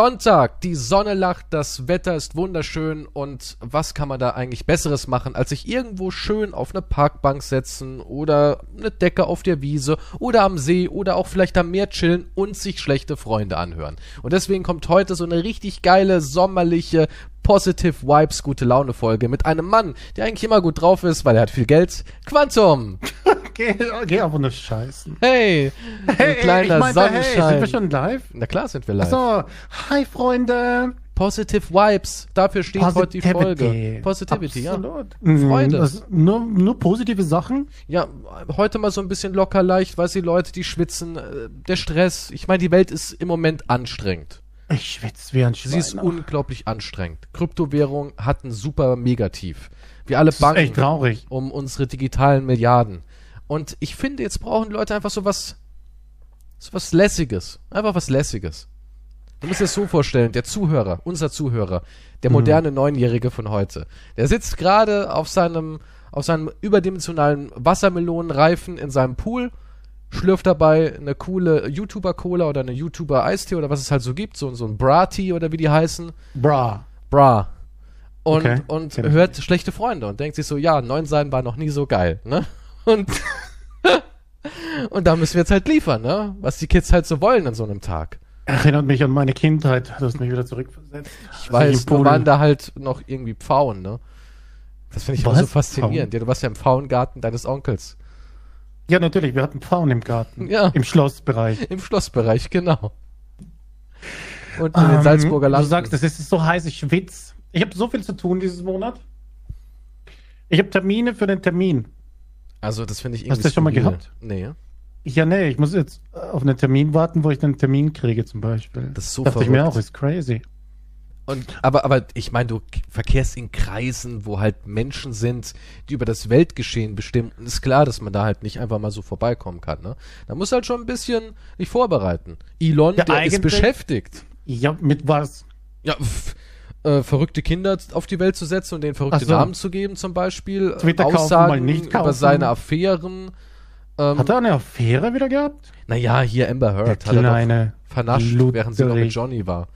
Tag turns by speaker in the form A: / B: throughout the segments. A: Sonntag, die Sonne lacht, das Wetter ist wunderschön und was kann man da eigentlich Besseres machen, als sich irgendwo schön auf eine Parkbank setzen oder eine Decke auf der Wiese oder am See oder auch vielleicht am Meer chillen und sich schlechte Freunde anhören. Und deswegen kommt heute so eine richtig geile, sommerliche, positive Vibes, gute Laune Folge mit einem Mann, der eigentlich immer gut drauf ist, weil er hat viel Geld. Quantum!
B: Geh, geh auf eine Scheiße.
A: Hey! Hey, kleiner Sonnenschein.
B: hey, sind wir schon live?
A: Na klar sind wir live.
B: So, hi Freunde.
A: Positive Vibes, dafür steht heute die Folge. Positivity,
B: Absolut.
A: ja. Freunde.
B: Das, nur, nur positive Sachen.
A: Ja, heute mal so ein bisschen locker leicht, weißt du, die Leute, die schwitzen, äh, der Stress. Ich meine, die Welt ist im Moment anstrengend.
B: Ich schwitze wie ein Schwein.
A: Sie ist unglaublich anstrengend. Kryptowährung hat ein super Negativ. Wir alle
B: das ist
A: bangen
B: echt traurig.
A: um unsere digitalen Milliarden. Und ich finde, jetzt brauchen Leute einfach so was, so was Lässiges. Einfach was Lässiges. Du musst dir das so vorstellen, der Zuhörer, unser Zuhörer, der moderne Neunjährige von heute, der sitzt gerade auf seinem, auf seinem überdimensionalen Wassermelonenreifen in seinem Pool, schlürft dabei eine coole YouTuber-Cola oder eine YouTuber-Eistee oder was es halt so gibt, so, so ein Bra-Tee oder wie die heißen.
B: Bra.
A: Bra. Und,
B: Okay,
A: und
B: kenn ich
A: hört schlechte Freunde und denkt sich so, ja, neun sein war noch nie so geil, ne? Und, und da müssen wir jetzt halt liefern, ne? Was die Kids halt so wollen an so einem Tag.
B: Erinnert mich an meine Kindheit. Du hast mich wieder zurückversetzt.
A: Ich weiß, nur waren da halt noch irgendwie Pfauen, ne? Das finde ich auch
B: Was?
A: so faszinierend. Ja, du warst ja im Pfauengarten deines Onkels.
B: Ja, natürlich. Wir hatten Pfauen im Garten.
A: Ja.
B: Im Schlossbereich.
A: Im Schlossbereich, genau. Und in den Salzburger
B: Ähm,
A: Land.
B: Du sagst, es ist so heiß, ich schwitz. Ich habe so viel zu tun dieses Monat. Ich habe Termine für den Termin.
A: also, das finde ich irgendwie.
B: Hast du das schon mal
A: skurril.
B: gehabt?
A: Nee.
B: Ja, nee, ich muss jetzt äh, auf einen Termin warten, wo ich einen Termin kriege zum Beispiel.
A: Das ist so
B: Dachte ich mir
A: verrückt.
B: auch, ist crazy.
A: Und, aber, aber ich meine, du k- verkehrst in Kreisen, wo halt Menschen sind, die über das Weltgeschehen bestimmen. Und ist klar, dass man da halt nicht einfach mal so vorbeikommen kann. Ne? Da musst du halt schon ein bisschen dich vorbereiten. Elon,
B: Ja,
A: der ist
B: eigentlich-
A: beschäftigt.
B: Ja, mit was?
A: Ja, pff, äh, verrückte Kinder auf die Welt zu setzen und denen verrückte
B: Ach so.
A: Namen zu geben, zum Beispiel.
B: Twitter kaufen, mal nicht
A: über
B: kaufen.
A: seine Affären. Ähm,
B: Hat er eine Affäre wieder gehabt?
A: naja, hier Amber Heard hat er doch
B: Kleine.
A: vernascht, während sie noch mit
B: Ludwig.
A: Johnny war.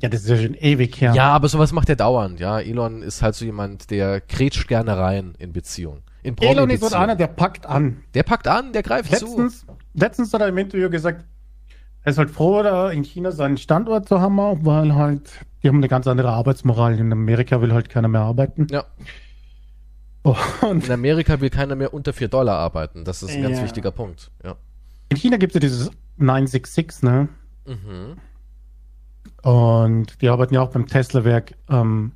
B: Ja, das ist ja schon ewig her.
A: Ja. aber sowas macht er dauernd, ja. Elon ist halt so jemand, der kretscht gerne rein in Beziehung. In
B: Elon ist so einer,
A: der,
B: der packt an.
A: der packt an, der greift zu.
B: Letztens, letztens hat er im Interview gesagt, er ist halt froh, da in China seinen Standort zu haben, auch, weil halt, die haben eine ganz andere Arbeitsmoral. In Amerika will halt keiner mehr arbeiten. Oh,
A: Ja.
B: Und
A: In Amerika will keiner mehr unter 4 Dollar arbeiten. Das ist ein ganz
B: Ja.
A: wichtiger Punkt, ja.
B: in China gibt es ja dieses 966, ne?
A: Mhm.
B: Und die arbeiten ja auch beim Tesla-Werk ähm,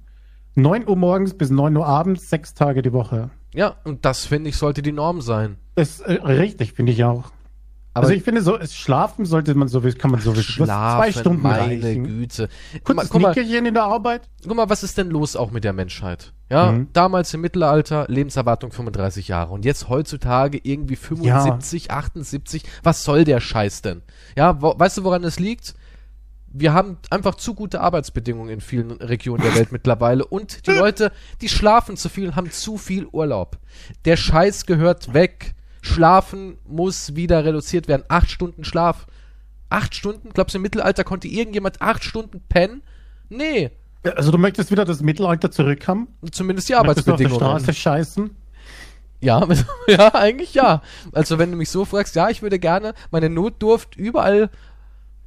B: 9 Uhr morgens bis 9 Uhr abends, sechs Tage die Woche.
A: Ja, und das, finde ich, sollte die Norm sein.
B: Das ist äh, richtig, finde ich auch.
A: Aber
B: also ich finde, so es schlafen sollte man sowieso, kann man sowieso
A: schlafen,
B: zwei Stunden
A: meine
B: reichen.
A: Güte. Ma-
B: Kurzes
A: guck mal,
B: Nickerchen in der Arbeit.
A: guck mal, was ist denn los auch mit der Menschheit? Ja,
B: Mhm.
A: damals im Mittelalter Lebenserwartung 35 Jahre und jetzt heutzutage irgendwie 75, 78. Was soll der Scheiß denn? Ja, wo, weißt du, woran es liegt? Wir haben einfach zu gute Arbeitsbedingungen in vielen Regionen der Welt mittlerweile und die Leute, die schlafen zu viel, haben zu viel Urlaub. Der Scheiß gehört weg. Schlafen muss wieder reduziert werden. Acht Stunden Schlaf. Acht Stunden? Glaubst du, im Mittelalter konnte irgendjemand acht Stunden pennen? Nee,
B: Also du möchtest wieder das Mittelalter zurückhaben?
A: zumindest die
B: Möchtest du auf der
A: Arbeitsbedingungen.
B: Straße scheißen?
A: Ja, ja, eigentlich ja. Also wenn du mich so fragst, ja, ich würde gerne meine Notdurft überall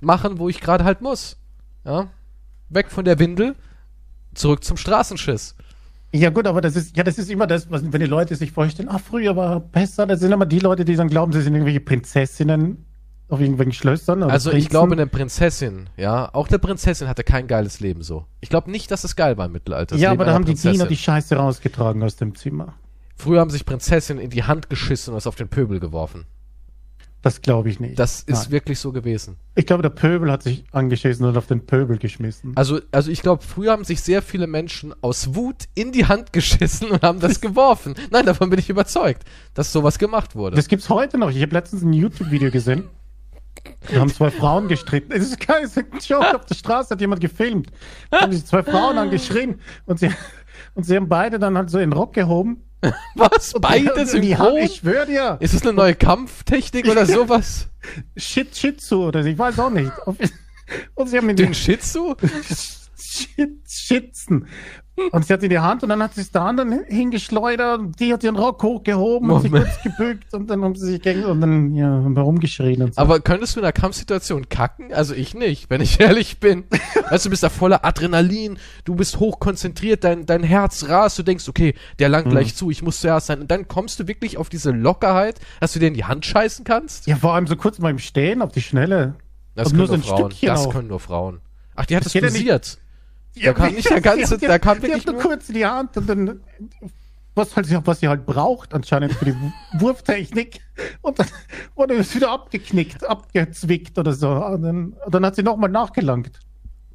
A: machen, wo ich gerade halt muss. Ja? Weg von der Windel, zurück zum Straßenschiss.
B: Ja gut, aber das ist ja das ist immer das, was, wenn die Leute sich vorstellen, ach früher war besser, das sind immer die Leute, die dann glauben, sie sind irgendwelche Prinzessinnen auf irgendwelchen Schlössern. Oder
A: Also ich
B: Prinzen.
A: glaube, eine Prinzessin, ja, auch eine Prinzessin hatte kein geiles Leben so. Ich glaube nicht, dass es geil war im Mittelalter. das
B: ja,
A: Leben
B: aber da
A: einer
B: haben die Diener
A: Prinzessin.
B: die Scheiße rausgetragen aus dem Zimmer.
A: Früher haben sich Prinzessinnen in die Hand geschissen und es auf den Pöbel geworfen.
B: Das glaube ich nicht.
A: Das ist
B: Nein.
A: wirklich so gewesen.
B: Ich glaube, der Pöbel hat sich angeschissen und auf den Pöbel geschmissen.
A: Also, also ich glaube, früher haben sich sehr viele Menschen aus Wut in die Hand geschissen und haben das geworfen. Nein, davon bin ich überzeugt, dass sowas gemacht wurde.
B: Das gibt's heute noch. Ich habe letztens ein YouTube-Video gesehen. Da haben zwei Frauen gestritten. Es ist kein es ist ein Joke. Auf der Straße hat jemand gefilmt. Da haben sich zwei Frauen angeschrien und sie, und sie haben beide dann halt so in den Rock gehoben.
A: Was? Beide
B: Und die haben,
A: synchron?
B: Ich schwör dir.
A: Ist das eine neue Kampftechnik oder sowas?
B: Shit, Shit zu oder so. ich weiß auch nicht. Auf, Und sie haben ihn
A: Den Shih Tzu?
B: Shit, Schitzen. Und sie hat in die Hand und dann hat sie es der anderen hingeschleudert und die hat ihren Rock hochgehoben und
A: Moment.
B: sich kurz gebückt und dann haben sie sich gegen und dann ja, haben wir rumgeschrien und so.
A: Aber könntest du in einer Kampfsituation kacken? Also ich nicht, wenn ich ehrlich bin. Weißt du, bist da voller Adrenalin, du bist hochkonzentriert, dein, dein Herz rast, du denkst, okay, der
B: Mhm.
A: langt gleich zu, ich muss zuerst sein. Und dann kommst du wirklich auf diese Lockerheit, dass du dir in die Hand scheißen kannst?
B: ja, vor allem so kurz mal im Stehen auf die Schnelle.
A: Das
B: Und
A: können nur
B: nur so ein
A: Frauen.
B: Stückchen
A: das
B: auch.
A: können nur Frauen. Ach, die hat das
B: geht ja nicht.
A: dosiert. Da kam nicht der ganze-
B: die,
A: da kam
B: die
A: wirklich
B: hat nur
A: nur-
B: kurz in die Hand und dann was halt sie, was sie halt braucht anscheinend für die Wurftechnik und dann wurde es wieder abgeknickt, abgezwickt oder so. Und dann, und dann hat sie nochmal nachgelangt.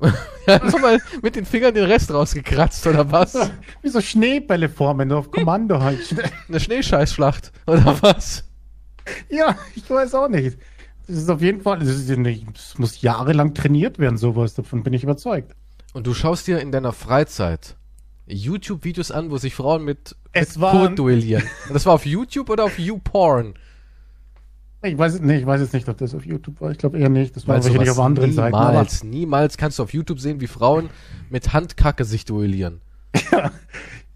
A: Ja, nochmal mit den Fingern den Rest rausgekratzt, oder was?
B: Wie so Schneebälle formen, nur auf Kommando halt. schnell.
A: Eine Schneescheißschlacht, oder was?
B: Ja, ich weiß auch nicht. Das ist auf jeden Fall, das, ist, ja nicht- das muss jahrelang trainiert werden, sowas, davon bin ich überzeugt.
A: Und du schaust dir in deiner Freizeit YouTube-Videos an, wo sich Frauen mit
B: Es
A: Code duellieren. Und das war auf YouTube oder auf YouPorn?
B: ich weiß, es- nee, ich weiß jetzt nicht, ob das auf YouTube war. Ich glaube eher nicht. Das war
A: Weil
B: wahrscheinlich
A: sowas
B: auf anderen Seiten. Aber
A: Also niemals, niemals kannst du auf YouTube sehen, wie Frauen mit Handkacke sich duellieren.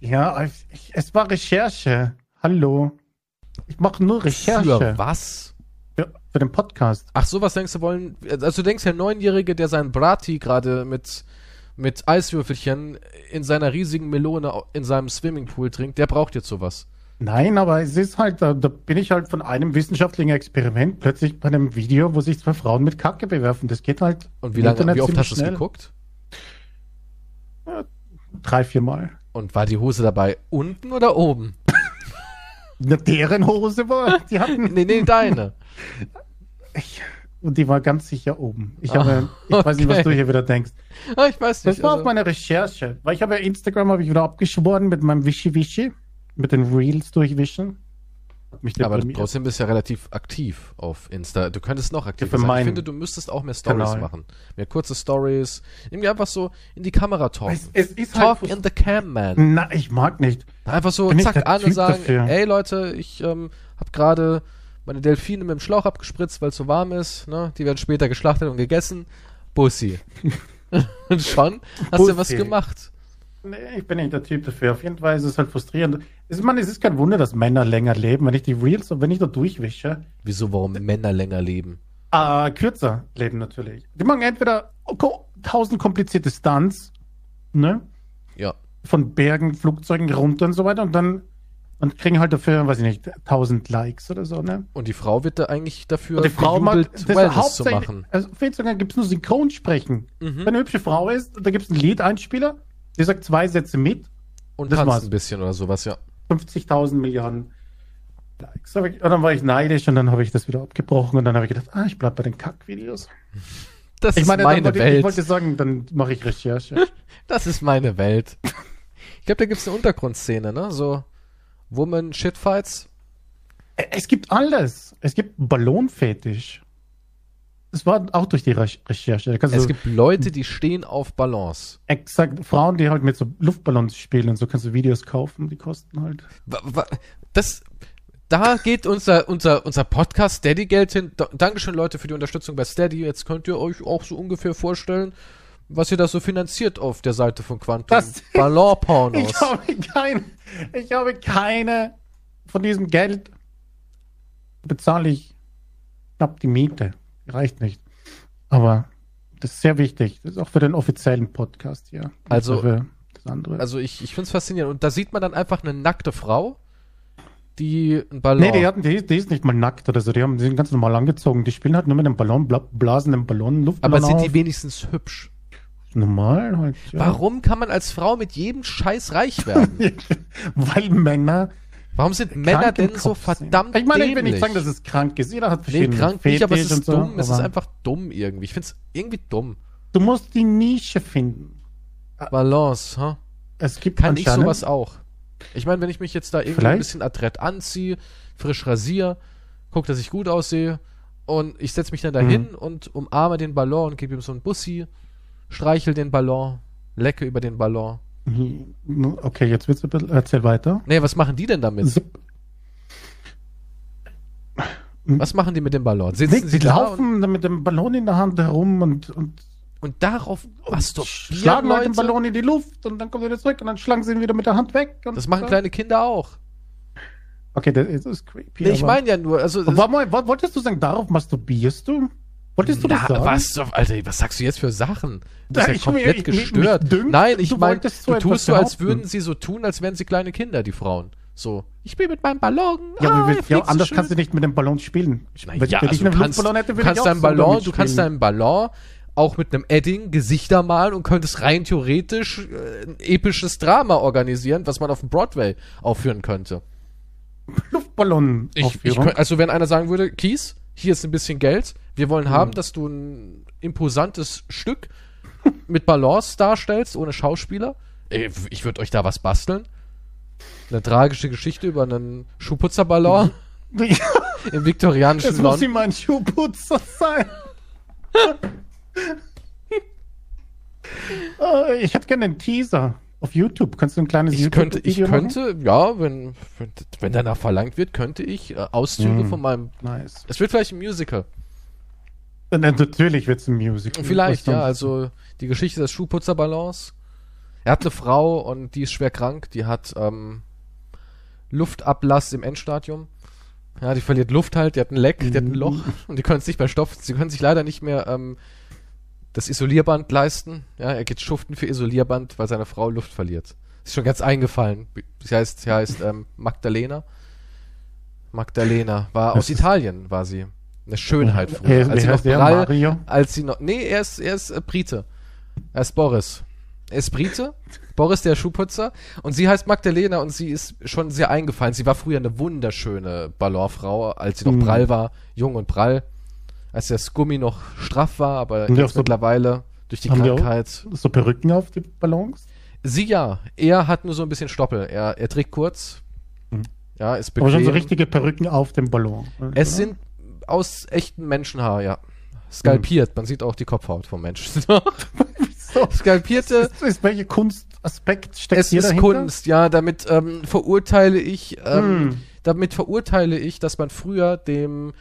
B: ja, ich, ich, es war Recherche. Hallo. Ich mache nur Recherche
A: Für was?
B: für, für den Podcast.
A: Ach, sowas denkst du wollen. Also du denkst, der Neunjährige, der seinen Brati gerade mit, mit Eiswürfelchen in seiner riesigen Melone au- in seinem Swimmingpool trinkt, der braucht jetzt sowas.
B: Nein, aber es ist halt, da, da bin ich halt von einem wissenschaftlichen Experiment plötzlich bei einem Video, wo sich zwei Frauen mit Kacke bewerfen. Das geht halt.
A: Und
B: im
A: wie lange,
B: Internet
A: wie oft
B: ziemlich
A: hast du es
B: schnell.
A: geguckt?
B: Drei, vier Mal.
A: Und war die Hose dabei unten oder oben?
B: Na, deren Hose war. Die hatten
A: Nee, nee, deine.
B: Ich, und die war ganz sicher oben. Ich,
A: Ah,
B: habe, ich weiß nicht, was
A: okay.
B: du hier wieder denkst.
A: Ah, ich weiß nicht.
B: Das war auf
A: also-
B: meiner Recherche, weil ich habe ja Instagram habe ich wieder abgeschworen mit meinem Wischi-Wischi, mit den Reels durchwischen. Hat mich
A: aber
B: deprimiert.
A: trotzdem bist du ja relativ aktiv auf Insta. Du könntest noch aktiver
B: für
A: sein. Ich
B: meinen
A: finde, du müsstest auch mehr Stories
B: Kanal.
A: machen. Mehr kurze Stories. Irgendwie einfach so in die Kamera talken.
B: es, es ist
A: Talk
B: halt.
A: in the cam, man.
B: Na, ich mag nicht.
A: Einfach so
B: Bin ich
A: zack
B: der
A: an und
B: Typ
A: sagen,
B: dafür?
A: ey Leute, ich ähm, hab gerade meine Delfine mit dem Schlauch abgespritzt, weil es so warm ist. Ne? Die werden später geschlachtet und gegessen. Bussi. und schon hast du was
B: Bussi.
A: gemacht.
B: Nee, ich bin nicht der Typ dafür. Auf jeden Fall ist es halt frustrierend. Es, ist- man, es ist kein Wunder, dass Männer länger leben, wenn ich die Reels und wenn ich da durchwische.
A: Wieso, warum Männer länger leben?
B: Äh, kürzer leben natürlich. Die machen entweder ko- tausend komplizierte Stunts, ne?
A: Ja.
B: von Bergen, Flugzeugen runter und so weiter und dann und kriegen halt dafür, weiß ich nicht, 1000 Likes oder so, ne?
A: Und die Frau wird da eigentlich dafür
B: Und die Frau macht
A: bejubelt,
B: das
A: Wellness zu
B: hauptsächlich,
A: machen. Hm?
B: also auf Instagram gibt es nur Synchronsprechen.
A: Mhm.
B: Wenn eine hübsche Frau ist, da gibt es einen Liedeinspieler, der sagt zwei Sätze mit,
A: Und
B: Das
A: tanzt
B: war's.
A: ein bisschen oder sowas, ja.
B: 50.000 Milliarden Likes. Hab ich, und dann war ich neidisch und dann habe ich das wieder abgebrochen und dann habe ich gedacht, ah, ich bleib bei den Kackvideos.
A: Das
B: Ich
A: ist
B: meine, dann
A: meine
B: wollte,
A: Welt.
B: ich wollte sagen, dann mache ich Recherche.
A: Das ist meine Welt. Ich glaube, da gibt's eine Untergrundszene, ne? So Woman Shitfights.
B: Es gibt alles. Es gibt Ballonfetisch. Es war auch durch die Re Recherche. Da kannst
A: Es
B: du
A: gibt Leute, die stehen auf Balance.
B: exakt Frauen, die halt mit so Luftballons spielen und so kannst du Videos kaufen, die kosten halt.
A: Wa- wa- Das, da geht unser, unser, unser Podcast Steady Geld hin. Da- Dankeschön, Leute, für die Unterstützung bei Steady. Jetzt könnt ihr euch auch so ungefähr vorstellen, was ihr da so finanziert auf der Seite von Quantum.
B: Das-
A: Ballon-Pornos.
B: Ich habe keine, ich habe keine von diesem Geld bezahle ich knapp die Miete. Reicht nicht. Aber das ist sehr wichtig. Das ist auch für den offiziellen Podcast hier. Nicht
A: Also-
B: nur für das andere.
A: Also ich, ich find's faszinierend. Und da sieht man dann einfach eine nackte Frau, die einen Ballon...
B: Nee, die, hatten, die, die ist nicht mal nackt oder so. Die haben die sind ganz normal angezogen. Die spielen halt nur mit einem Ballon, bla, blasen den Ballon,
A: aber
B: Luftballon.
A: sind
B: auf.
A: die wenigstens hübsch?
B: normal halt? Ja.
A: Warum kann man als Frau mit jedem Scheiß reich werden?
B: Weil Männer.
A: Warum sind Männer
B: krank im
A: denn so
B: Kopf sind.
A: verdammt
B: Ich meine, ich will nicht
A: dämlich?
B: sagen, dass es krank ist. Jeder hat
A: Nee,
B: verschiedene
A: krank nicht, aber es
B: Fetisch
A: ist
B: und so,
A: dumm. es ist
B: aber
A: einfach dumm irgendwie. Ich find's irgendwie dumm.
B: Du musst die Nische finden.
A: Balance, ha?
B: Es gibt
A: Kann ich
B: Ah. anscheinend-
A: sowas auch? Ich meine, wenn ich mich jetzt da irgendwie ein
B: Vielleicht.
A: bisschen adrett anziehe, frisch rasiere, guck, dass ich gut aussehe und ich setze mich dann
B: Mhm.
A: dahin und umarme den Ballon und gebe ihm so einen Bussi, streichel den Ballon, lecke über den Ballon.
B: Hm, Okay, jetzt wird's ein bisschen. Erzähl weiter.
A: Nee, was machen die denn damit?
B: Zip.
A: Was machen die mit dem Ballon?
B: Sitzen sie, sie laufen da mit dem Ballon in der Hand herum und, und,
A: und darauf masturbieren
B: schlagen Leute den Ballon in die Luft und dann kommt er wieder zurück und dann schlagen sie ihn wieder mit der Hand weg. Und
A: Das machen
B: dann-
A: kleine Kinder auch.
B: Okay, das ist, ist creepy.
A: Nee, ich
B: aber-
A: meine ja nur, also
B: Warte mal, wa- wolltest du sagen, darauf masturbierst du? Wolltest du das
A: Na,
B: sagen?
A: was, doch, Alter, was sagst du jetzt für Sachen? Du bist
B: Ja,
A: ja,
B: ich-
A: komplett
B: ich- mich- mich
A: gestört.
B: dünkt,
A: Nein, ich
B: du
A: meine, du
B: wolltest so etwas
A: tust so, als
B: behaupten.
A: würden sie so tun, als wären sie kleine Kinder, die Frauen. So, ich spiele mit meinem Ballon.
B: Ja, aber
A: ah,
B: wir-
A: er fliegt
B: ja,
A: so
B: anders
A: schön.
B: kannst du nicht mit dem Ballon spielen.
A: Na ja,
B: ich
A: also du
B: einen
A: kannst,
B: Luftballon hätte,
A: du
B: würde ich
A: kannst
B: auch
A: deinen
B: so damit
A: Ballon, du kannst
B: spielen.
A: deinen Ballon auch mit einem Edding Gesichter malen und könntest rein theoretisch äh, ein episches Drama organisieren, was man auf dem Broadway aufführen könnte.
B: Luftballon
A: Ich, ich, könnt- also wenn einer sagen würde, Kies, hier ist ein bisschen Geld, wir
B: Hm.
A: wollen haben, dass du ein imposantes Stück mit Balance darstellst, ohne Schauspieler. Ey, w- Ich würde euch da was basteln. Eine tragische Geschichte über einen Schuhputzerballon im viktorianischen
B: Es muss
A: London.
B: ihm ein Schuhputzer sein. Äh, ich hätte gerne einen Teaser auf YouTube. Kannst du ein kleines
A: Ich könnte, ich
B: YouTube-Video machen?
A: könnte, ja, wenn, wenn, wenn danach verlangt wird, könnte ich äh, Auszüge
B: Hm.
A: von meinem.
B: Nice.
A: Es wird vielleicht ein Musical.
B: Äh, na, Natürlich wird es ein Musical.
A: Hm, Vielleicht, ja.
B: Was sonst?
A: Also die Geschichte des Schuhputzerbalance. Er hat eine Frau und die ist schwer krank. Die hat ähm, Luftablass im Endstadium. Ja, die verliert Luft halt. Die hat ein Leck, die
B: Mhm.
A: hat ein Loch und die können es nicht mehr stopfen. Sie können sich leider nicht mehr ähm, das Isolierband leisten. Ja, er geht schuften für Isolierband, weil seine Frau Luft verliert. Ist schon ganz eingefallen. Sie heißt, sie heißt ähm, Magdalena. Magdalena war aus Italien, war sie. Eine Schönheit
B: Hey,
A: früher.
B: wie
A: Als sie noch
B: heißt der?
A: prall,
B: Mario?
A: als sie noch. Nee, er ist, er ist äh, Brite. Er ist Boris. Er ist Brite. Boris, der Schuhputzer. Und sie heißt Magdalena und sie ist schon sehr eingefallen. Sie war früher eine wunderschöne Ballonfrau, als sie noch
B: Mhm.
A: prall war. Jung und prall. Als der Scummi noch straff war, aber
B: Haben die auch
A: jetzt
B: so-
A: mittlerweile durch die
B: haben die auch-
A: Krankheit.
B: So Perücken auf die Ballons?
A: Sie ja. Er hat nur so ein bisschen Stoppel. Er, er trägt kurz.
B: Mhm.
A: Ja, ist
B: Aber
A: bequem.
B: schon so richtige Perücken auf dem Ballon.
A: es
B: genau.
A: sind aus echten Menschenhaar, ja. Skalpiert. Man sieht auch die Kopfhaut vom Menschen.
B: so.
A: Skalpierte
B: Ist, ist welche Kunstaspekt steckt
A: äh, Es
B: hier
A: ist
B: dahinter?
A: Kunst, ja. Damit ähm, verurteile ich, ähm,
B: Hm.
A: damit verurteile ich, dass man früher dem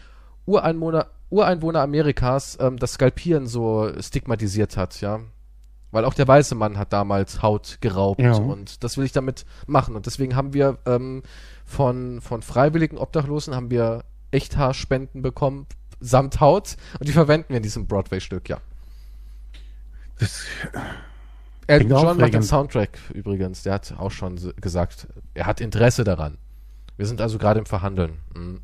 A: Ureinwohner, Ureinwohner Amerikas ähm, das Skalpieren so stigmatisiert hat, ja. Weil auch der weiße Mann hat damals Haut geraubt
B: Ja.
A: und das will ich damit machen. Und deswegen haben wir ähm, von, von freiwilligen Obdachlosen haben wir Echthaarspenden bekommen, samt Haut, und die verwenden wir in diesem Broadway-Stück, ja.
B: Das,
A: Elton
B: Klingt
A: John macht den
B: aufregend.
A: Soundtrack übrigens. Der hat auch schon s- gesagt, er hat Interesse daran. Wir sind also gerade im Verhandeln. Mhm.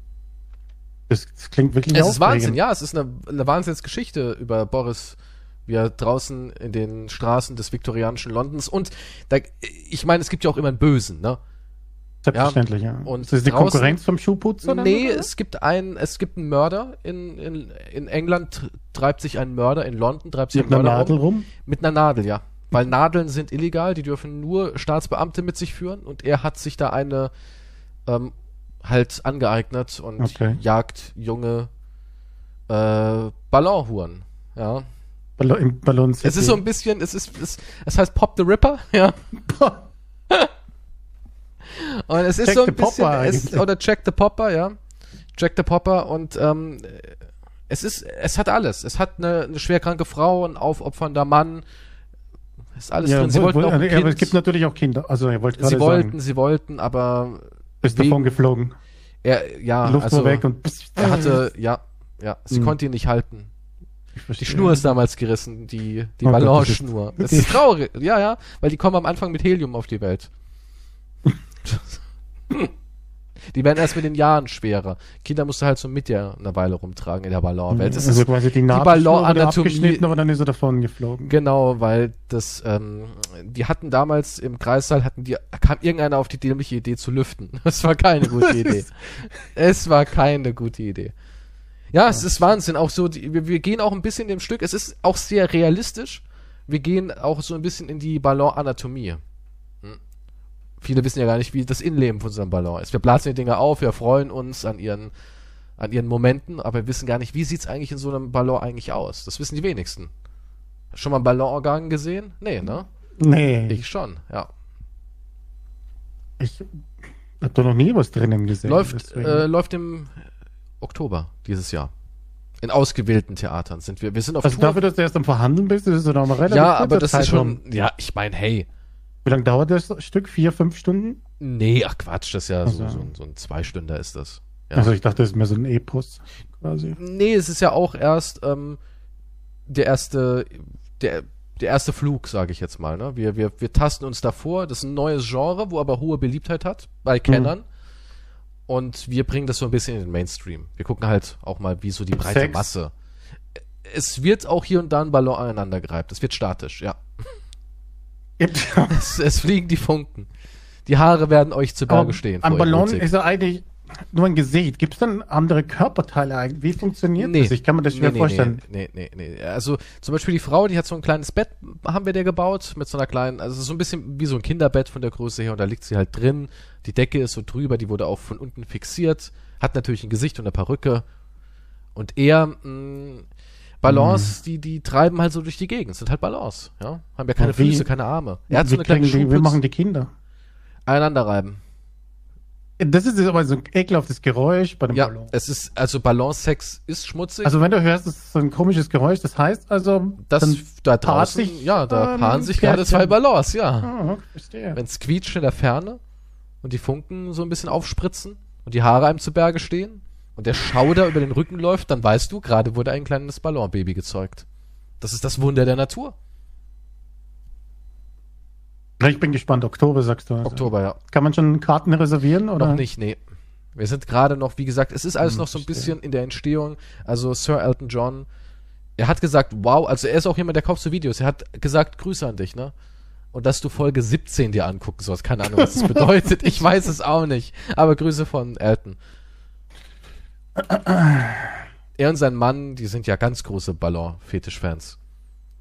B: das, das klingt wirklich
A: Es ist Wahnsinn,
B: ja.
A: ja. Es ist eine, eine Wahnsinnsgeschichte über Boris, wie er draußen in den Straßen des viktorianischen Londons und da, ich meine, es gibt ja auch immer einen Bösen, ne?
B: Selbstverständlich, ja.
A: Und
B: ist das die
A: draußen-
B: Konkurrenz vom Schuhputzer? dann,
A: Nee,
B: oder?
A: es gibt einen, es gibt einen Mörder in, in, in England, tr- treibt sich ein Mörder, in London treibt sich
B: mit
A: ein
B: einer
A: Mörder um. rum.
B: Nadel rum.
A: Mit einer Nadel, ja. Weil Nadeln sind illegal, die dürfen nur Staatsbeamte mit sich führen und er hat sich da eine ähm, halt angeeignet und
B: Okay.
A: jagt junge äh, Ballonhuren. Ja.
B: Ball Im Ballon
A: Es ist so ein bisschen, es ist, es, es heißt Pop the Ripper, ja. Und es ist
B: Jack
A: so
B: the
A: ein bisschen,
B: Popper
A: es,
B: eigentlich.
A: oder Jack the Popper, ja. Jack the Popper und ähm, es ist, es hat alles. Es hat eine, eine schwerkranke Frau, ein aufopfernder Mann. Ist alles
B: ja,
A: drin. Sie
B: wo-
A: wollten
B: wo-
A: auch ein
B: ja,
A: Kind.
B: aber es gibt natürlich auch Kinder. Also, ihr wollt gerade
A: Sie wollten,
B: sagen,
A: sie wollten, aber
B: ist
A: wegen-
B: davon geflogen.
A: er, ja,
B: Die Luft
A: also
B: war weg und
A: er hatte, ja, ja, sie
B: Mhm.
A: konnte ihn nicht halten.
B: Ich verstehe.
A: Die Schnur ist damals gerissen, die, die
B: Oh Gott, das
A: Balance-Schnur. Das ist traurig, ja, ja, weil die kommen am Anfang mit Helium auf die Welt. die werden erst mit den Jahren schwerer. Kinder musst du halt so mit dir eine Weile rumtragen in der Ballonwelt. Das
B: also
A: ist
B: quasi die Nadel
A: Ballonanatomie-
B: abgeschnitten, aber dann ist er davon geflogen.
A: Genau, weil das, ähm, die hatten damals im Kreissaal, hatten die, kam irgendeiner auf die dämliche Idee zu lüften. Das war keine gute Idee. Es war keine gute Idee. Ja, es ist Wahnsinn. Auch so, die, wir, wir gehen auch ein bisschen dem Stück. Es ist auch sehr realistisch. Wir gehen auch so ein bisschen in die Ballonanatomie. Hm. Viele wissen ja gar nicht, wie das Innenleben von so einem Ballon ist. Wir blasen die Dinger auf, wir freuen uns an ihren, an ihren Momenten, aber wir wissen gar nicht, wie sieht's eigentlich in so einem Ballon eigentlich aus. Das wissen die wenigsten. Schon mal ein Ballonorgan gesehen? Nee, ne?
B: Nee, ich,
A: Ich schon, ja.
B: ich habe da noch nie was drinnen gesehen.
A: Läuft,
B: deswegen.
A: äh, läuft dem Oktober dieses Jahr. In ausgewählten Theatern sind wir. Wir sind auf
B: Also dafür, dass du erst am Verhandeln bist, das ist ja noch mal relativ
A: ja,
B: kurzer
A: aber das ist
B: Zeitraum.
A: schon. Ja, ich meine, hey.
B: Wie lange dauert das Stück? Vier, fünf Stunden?
A: Nee, ach Quatsch, das ist ja so,
B: Also.
A: so, ein- so ein Zweistünder ist das. Ja.
B: Also ich dachte, das ist mehr so ein Epos quasi.
A: Nee, es ist ja auch erst ähm, der erste, der, der erste Flug, sage ich jetzt mal. Ne? Wir, wir, wir tasten uns davor. Das ist ein neues Genre, wo aber hohe Beliebtheit hat
B: Mhm.
A: bei Kennern. Und wir bringen das so ein bisschen in den Mainstream. Wir gucken halt auch mal, wie so die breite
B: Sex?
A: Masse. Es wird auch hier und da ein Ballon aneinander gereibt. Es wird statisch, ja. Es, es fliegen die Funken. Die Haare werden euch zu Berge stehen.
B: Am
A: vor
B: Ballon
A: Erotik.
B: ist er eigentlich nur ein Gesicht. Gibt es dann andere Körperteile eigentlich? Wie funktioniert das? Ich kann mir das schwer vorstellen.
A: Nee, nee, nee, nee. Also zum Beispiel die Frau, die hat so ein kleines Bett, haben wir der gebaut, mit so einer kleinen, also es ist so ein bisschen wie so ein Kinderbett von der Größe her und da liegt sie halt drin. Die Decke ist so drüber, die wurde auch von unten fixiert, hat natürlich ein Gesicht und eine Perücke. Und er, mh,
B: Mhm.
A: Balance, die, die treiben halt so durch die Gegend, sind halt Balance, ja. Haben ja keine
B: Und wie-
A: Füße, keine Arme. Er hat so
B: wir,
A: eine kleine
B: kriegen die, wir machen die Kinder.
A: aneinander reiben.
B: Das ist jetzt aber so ein ekelhaftes Geräusch bei dem
A: Ja,
B: Ballon.
A: es ist, also Balance-Sex ist schmutzig.
B: Also wenn du hörst, das ist so ein komisches Geräusch, das heißt also,
A: das
B: dann,
A: da
B: paart
A: draußen,
B: sich,
A: ja, da
B: ähm,
A: paaren sich gerade
B: Pärchen.
A: zwei Ballons, ja.
B: Ah, verstehe.
A: wenn es quietscht in der Ferne und die Funken so ein bisschen aufspritzen und die Haare einem zu Berge stehen und der Schauder über den Rücken läuft, dann weißt du, gerade wurde ein kleines Ballonbaby gezeugt. Das ist das Wunder der Natur.
B: Na, Ich bin gespannt. Oktober sagst du. Also.
A: Oktober, ja.
B: Kann man schon Karten reservieren oder
A: Noch nicht, nee. Wir sind gerade noch, wie gesagt, es ist alles
B: Hm,
A: noch so ein
B: verstehe.
A: bisschen in der Entstehung. Also Sir Elton John, er hat gesagt, wow, also er ist auch jemand, der kauft so Videos. Er hat gesagt, Grüße an dich, ne? Und dass du Folge 17 dir angucken sollst. Keine Ahnung, was das bedeutet. Ich weiß es auch nicht. Aber Grüße von Elton. Er und sein Mann, die sind ja ganz große Ballon-Fetisch-Fans.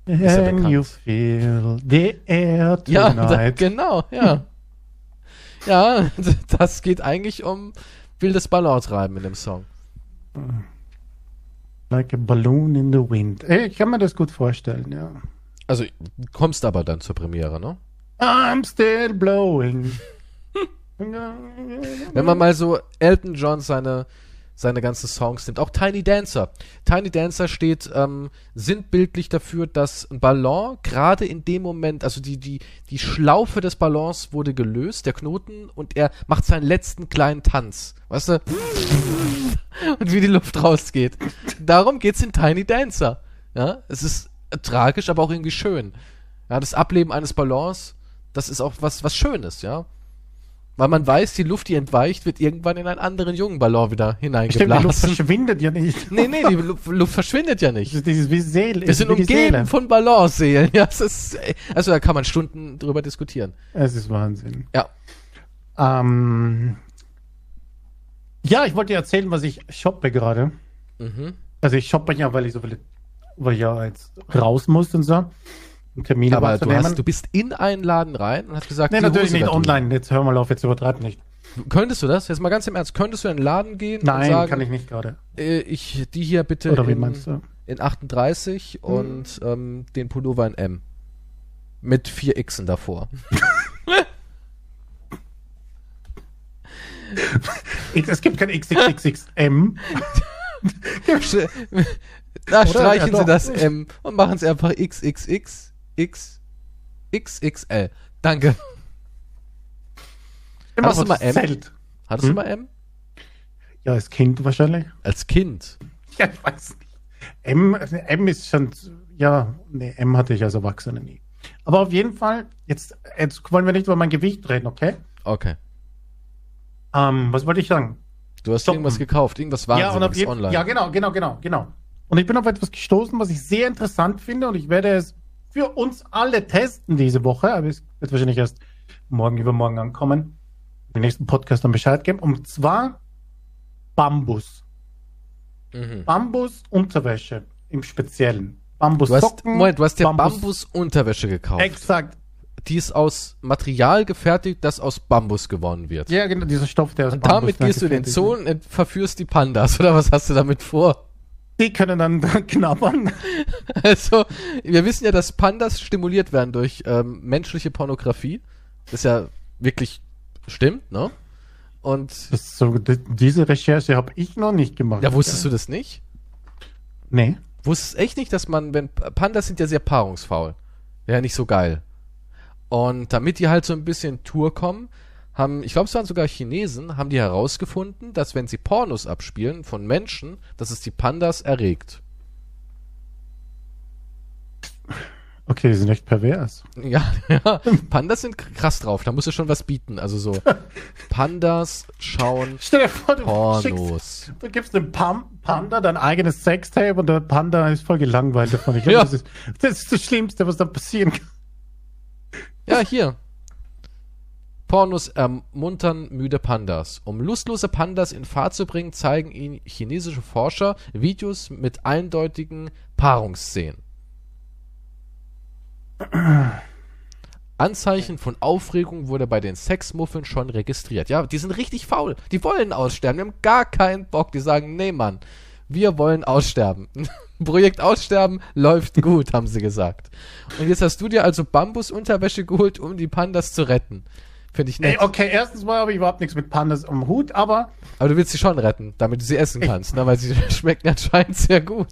A: Ist ja
B: Can
A: bekannt.
B: you feel the air
A: Ja, da,
B: tonight?
A: genau, ja. ja, das geht eigentlich um wildes Ballontreiben in dem Song.
B: like a balloon in the wind. Ey, Ich kann mir das gut vorstellen, ja.
A: Also, du kommst aber dann zur Premiere, ne?
B: I'm still blowing.
A: Wenn man mal so Elton John seine, seine ganzen Songs nimmt, auch Tiny Dancer. Tiny Dancer steht ähm, sinnbildlich dafür, dass ein Ballon gerade in dem Moment, also die, die, die Schlaufe des Ballons wurde gelöst, der Knoten, und er macht seinen letzten kleinen Tanz. Weißt du? Und wie die Luft rausgeht. Darum geht's in Tiny Dancer. Ja, es ist tragisch, aber auch irgendwie schön. Ja, das Ableben eines Ballons, das ist auch was, was Schönes, ja. Weil man weiß, die Luft, die entweicht, wird irgendwann in einen anderen jungen Ballon wieder
B: Stimmt, die Luft
A: hineingeblasen.
B: verschwindet ja nicht.
A: nee, nee, die Lu Luft verschwindet ja
B: Das
A: nicht.
B: ist dieses wie Seele.
A: Wir sind
B: wie die Seele.
A: umgeben von Balance-Seelen. Ja, das ist, ey, also da kann man Stunden drüber diskutieren.
B: Es ist Wahnsinn.
A: Ja.
B: Ähm, ja, ich wollte dir erzählen, was ich shoppe gerade.
A: Mhm.
B: Also ich shoppe ja, weil ich so viele, weil ich ja jetzt raus muss und so. Um Termine
A: Aber du,
B: wahrzunehmen.
A: hast, du bist in einen Laden rein und hast gesagt,
B: Nee,
A: die
B: natürlich
A: Hose
B: nicht
A: da drüben.
B: online. Jetzt hör mal auf, jetzt übertreib nicht.
A: Könntest du das? Jetzt mal ganz im Ernst, könntest du in den Laden gehen und
B: Nein,
A: sagen,
B: kann ich nicht gerade.
A: Äh, ich die hier bitte
B: Oder wie
A: in,
B: meinst du? Hm.
A: in 38 und ähm, den Pullover in M. Mit vier Xen davor.
B: X, es gibt kein XXXXM.
A: Sch- da streichen sie
B: Ja, doch.
A: das M und machen es einfach XXX X XXL. Danke.
B: Immer
A: Hast du
B: so
A: mal M?
B: Zelt.
A: Hattest
B: Hm?
A: du mal M?
B: Ja, als Kind wahrscheinlich.
A: Als Kind.
B: Ja, ich weiß nicht. M, M ist schon, ja, nee, M hatte ich als Erwachsener nie. Aber auf jeden Fall, jetzt, jetzt wollen wir nicht über mein Gewicht reden, okay?
A: Okay.
B: Ähm, was wollte ich sagen?
A: Du hast
B: Stoppen.
A: irgendwas gekauft, irgendwas
B: ja, und auf
A: Wahnsinniges
B: jeden,
A: online.
B: ja, genau, genau, genau, genau. Und ich bin auf etwas gestoßen, was ich sehr interessant finde und ich werde es für uns alle testen diese Woche, aber es wird wahrscheinlich erst morgen übermorgen ankommen. Den nächsten Podcast dann Bescheid geben. Und zwar Bambus.
A: mhm.
B: Bambus-Unterwäsche im Speziellen.
A: Du hast,
B: Bambussocken.
A: Moment, du hast dir
B: Bambus-
A: Bambus-Unterwäsche gekauft.
B: Exakt.
A: Die ist aus Material gefertigt, das aus Bambus gewonnen wird.
B: Ja, genau, dieser Stoff, der aus
A: Und damit gehst du in den
B: gefertigt
A: Zoo und verführst die Pandas, oder was hast du damit vor?
B: ist. Die können dann dran knabbern.
A: Also, wir wissen ja, dass Pandas stimuliert werden durch ähm, menschliche Pornografie. Das ist ja wirklich stimmt, ne? Und
B: Das ist so, d- diese Recherche habe ich noch nicht gemacht.
A: ja, wusstest du das nicht?
B: Nee.
A: Wusstest echt nicht, dass man, wenn Pandas sind ja sehr paarungsfaul. Ja, nicht so geil. Und damit die halt so ein bisschen Tour kommen, haben, ich glaube, es waren sogar Chinesen, haben die herausgefunden, dass wenn sie Pornos abspielen von Menschen, dass es die Pandas erregt.
B: Okay, die sind echt pervers.
A: Ja, ja. Pandas sind krass drauf, da musst du schon was bieten. Also so Pandas schauen
B: Stell dir vor, du schickst,
A: Pornos.
B: du gibst dem Pam Panda dein eigenes Sextape und der Panda ist voll gelangweilt davon. Ich
A: Ja.
B: das, ist, das ist das Schlimmste, was da passieren kann.
A: Ja, hier. Pornos ermuntern müde Pandas. Um lustlose Pandas in Fahrt zu bringen, zeigen ihnen chinesische Forscher Videos mit eindeutigen Paarungsszenen. Anzeichen von Aufregung wurde bei den Sexmuffeln schon registriert. Ja, die sind richtig faul. Die wollen aussterben. Die haben gar keinen Bock. Die sagen, nee, Mann, wir wollen aussterben. Projekt Aussterben läuft gut, haben sie gesagt. Und jetzt hast du dir also Bambusunterwäsche geholt, um die Pandas zu retten. Finde ich
B: Ey,
A: nett.
B: okay, erstens mal habe ich überhaupt nichts mit Pandas am Hut, aber
A: Aber du willst sie schon retten, damit du sie essen kannst, ne? weil sie schmecken anscheinend sehr gut.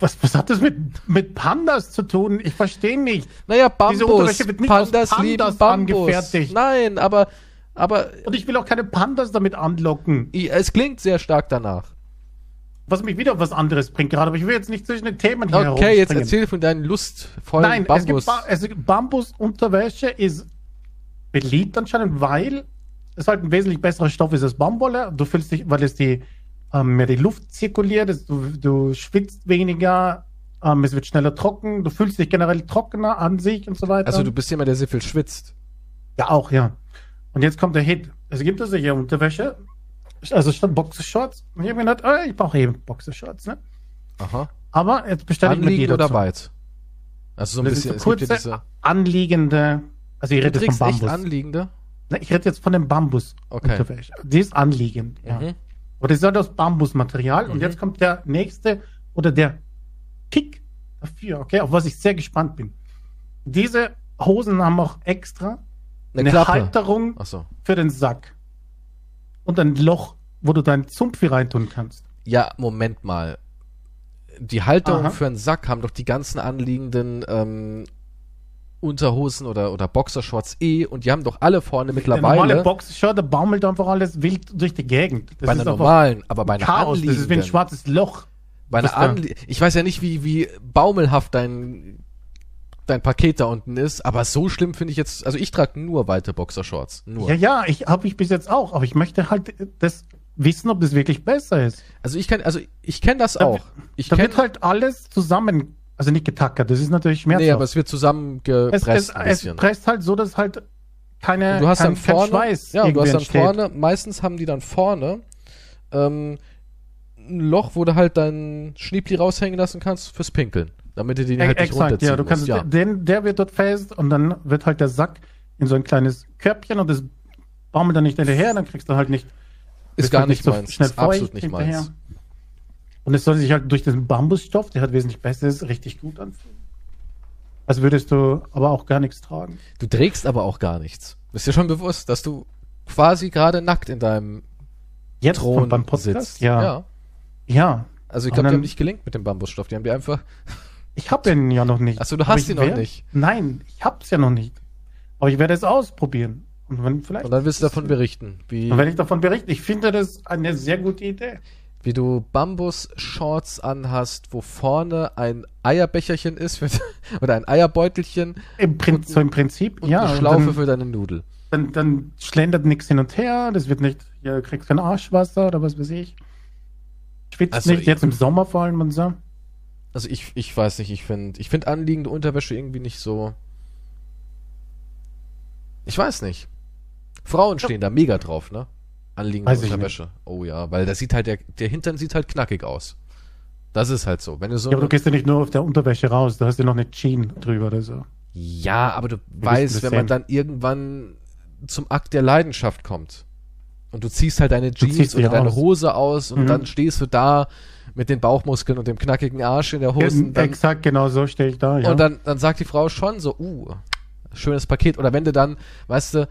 B: was, was hat das mit, mit Pandas zu tun? Ich verstehe nicht.
A: Naja, Bambus.
B: Unterwäsche wird nicht aus
A: Pandas
B: Pandas
A: lieben Bambus.
B: angefertigt.
A: Nein, aber, aber
B: Und ich will auch keine Pandas damit anlocken.
A: i- es klingt sehr stark danach.
B: Was mich wieder auf was anderes bringt gerade, aber ich will jetzt nicht zwischen den Themen hier
A: Okay, jetzt
B: herumspringen.
A: erzähl von deinen lustvollen
B: Nein, es
A: Bambus.
B: gibt ba es gibt Bambusunterwäsche ist beliebt anscheinend, weil es halt ein wesentlich besserer Stoff ist als Baumwolle. Du fühlst dich, weil es die ähm, mehr die Luft zirkuliert, es, du, du schwitzt weniger, ähm, es wird schneller trocken, du fühlst dich generell trockener an sich und so weiter.
A: also du bist jemand, der sehr viel schwitzt.
B: ja auch, ja. Und jetzt kommt der Hit. Es gibt also hier Unterwäsche, also statt Boxershorts. Und ich habe gedacht, oh, ich brauche eben Boxershorts, ne?
A: Aha.
B: Aber jetzt bestelle ich mir die
A: Anliegen oder
B: dazu.
A: weit? Also so ein
B: Das
A: bisschen,
B: sind
A: es
B: so
A: gibt ja
B: kurze,
A: diese...
B: anliegende, also ich
A: Du
B: rede jetzt
A: trägst
B: vom
A: echt
B: Bambus.
A: anliegende?
B: Na, Ich rede jetzt von dem Bambus.
A: Okay.
B: Unterwäsche. Die ist anliegend. Ja.
A: Mhm.
B: Aber das ist halt aus Bambusmaterial.
A: Mhm.
B: Und jetzt kommt der nächste oder der Kick dafür, okay, auf was ich sehr gespannt bin. Diese Hosen haben auch extra eine, Halterung
A: Achso.
B: für den Sack und ein Loch, wo du deinen Zumpf hier reintun kannst.
A: Ja, Moment mal. Die Halterung
B: Aha.
A: für einen Sack haben doch die ganzen anliegenden ähm, Unterhosen oder, oder Boxershorts eh und die haben doch alle vorne
B: der normale
A: mittlerweile.
B: Boxershot, da baumelt einfach alles wild durch die Gegend. Das
A: Bei einer
B: einfach
A: normalen, aber bei einer
B: Chaos. Das ist wie ein
A: anliegenden.
B: schwarzes Loch.
A: Bei einer
B: was da-
A: anlie ich weiß ja nicht, wie, wie baumelhaft dein, dein Paket da unten ist, aber so schlimm finde ich jetzt. Also ich trage nur weite Boxershorts. Nur.
B: Ja, ja, ich habe ich bis jetzt auch, aber ich möchte halt das wissen, ob das wirklich besser ist.
A: Also ich kann, also ich kenne das
B: Da-
A: auch. Ich
B: da
A: kenne.
B: wird halt alles zusammen, also nicht getackert, das ist natürlich schmerzhaft.
A: Nee, aber es wird
B: es,
A: zusammengepresst
B: es,
A: ein
B: es
A: bisschen.
B: presst halt so, dass halt keine,
A: Und du hast
B: kein,
A: dann
B: kein
A: vorne,
B: Schweiß
A: ja, du
B: irgendwie
A: hast dann
B: entsteht.
A: vorne, meistens haben die dann vorne ähm, ein Loch, wo du halt deinen Schniepli raushängen lassen kannst fürs Pinkeln, damit du den
B: E-
A: halt nicht
B: Exakt,
A: runterziehen
B: ja, du kannst,
A: musst.
B: Den, der wird dort fest und dann wird halt der Sack in so ein kleines Körbchen und das baumelt dann nicht hinterher, dann kriegst du halt nicht
A: Ist
B: Das
A: gar
B: wird halt
A: nicht
B: so
A: meins,
B: Schnell
A: ist absolut
B: feucht
A: nicht
B: hinterher.
A: meins.
B: Und es soll sich halt durch diesen Bambusstoff, der halt wesentlich besser ist, richtig gut anfühlen. Als würdest du aber auch gar nichts tragen.
A: Du trägst aber auch gar nichts. Ist dir schon bewusst, dass du quasi gerade nackt in deinem
B: Jetzt
A: Thron
B: kommt beim Podcast?
A: sitzt.
B: Ja. Oh ja.
A: Also ich glaube, die
B: Aber dann-
A: haben nicht gelinkt mit dem Bambusstoff. Die haben dir einfach.
B: Ich habe ihn ja noch nicht.
A: Ach so, du
B: Aber
A: hast
B: ich
A: ihn noch
B: werd-
A: nicht.
B: Nein, ich hab's ja noch nicht. Aber ich werde es ausprobieren. Und wenn vielleicht.
A: Und dann willst du davon berichten, wie,
B: Dann werde ich davon berichten. Ich finde das eine sehr gute Idee.
A: wie du Bambus-Shorts anhast, wo vorne ein Eierbecherchen ist mit, oder ein Eierbeutelchen
B: Im Prin so im Prinzip,
A: und
B: ja.
A: eine
B: und
A: Schlaufe
B: dann-
A: für deine Nudel.
B: dann, dann schlendert nichts hin und her, das wird nicht, ihr kriegt kein Arschwasser oder was weiß ich. Schwitzt
A: Also
B: nicht,
A: ich-
B: jetzt im Sommer vor allem und so.
A: Also ich, ich weiß nicht, ich finde ich find anliegende Unterwäsche irgendwie nicht so. Ich weiß nicht. Frauen stehen da mega drauf, ne? Anliegende
B: Weiß ich
A: Unterwäsche. Oh ja, weil das sieht halt der, der Hintern sieht halt knackig aus. Das ist halt so. Wenn du so
B: Ja, aber du gehst ja nicht nur auf der Unterwäsche raus, da hast du noch eine Jean drüber oder so.
A: ja, aber du
B: wissen
A: weißt, wenn
B: das
A: man
B: ja.
A: dann irgendwann zum Akt der Leidenschaft kommt und du ziehst halt deine
B: ziehst
A: Jeans
B: sie
A: oder deine
B: aus.
A: Hose aus und
B: Mhm.
A: dann stehst du da mit den Bauchmuskeln und dem knackigen Arsch in der Hose.
B: Gen-
A: und dann-
B: Exakt, genau so stehe ich da, ja.
A: Und dann, dann sagt die Frau schon so, uh, schönes Paket. Oder wenn du dann, weißt du,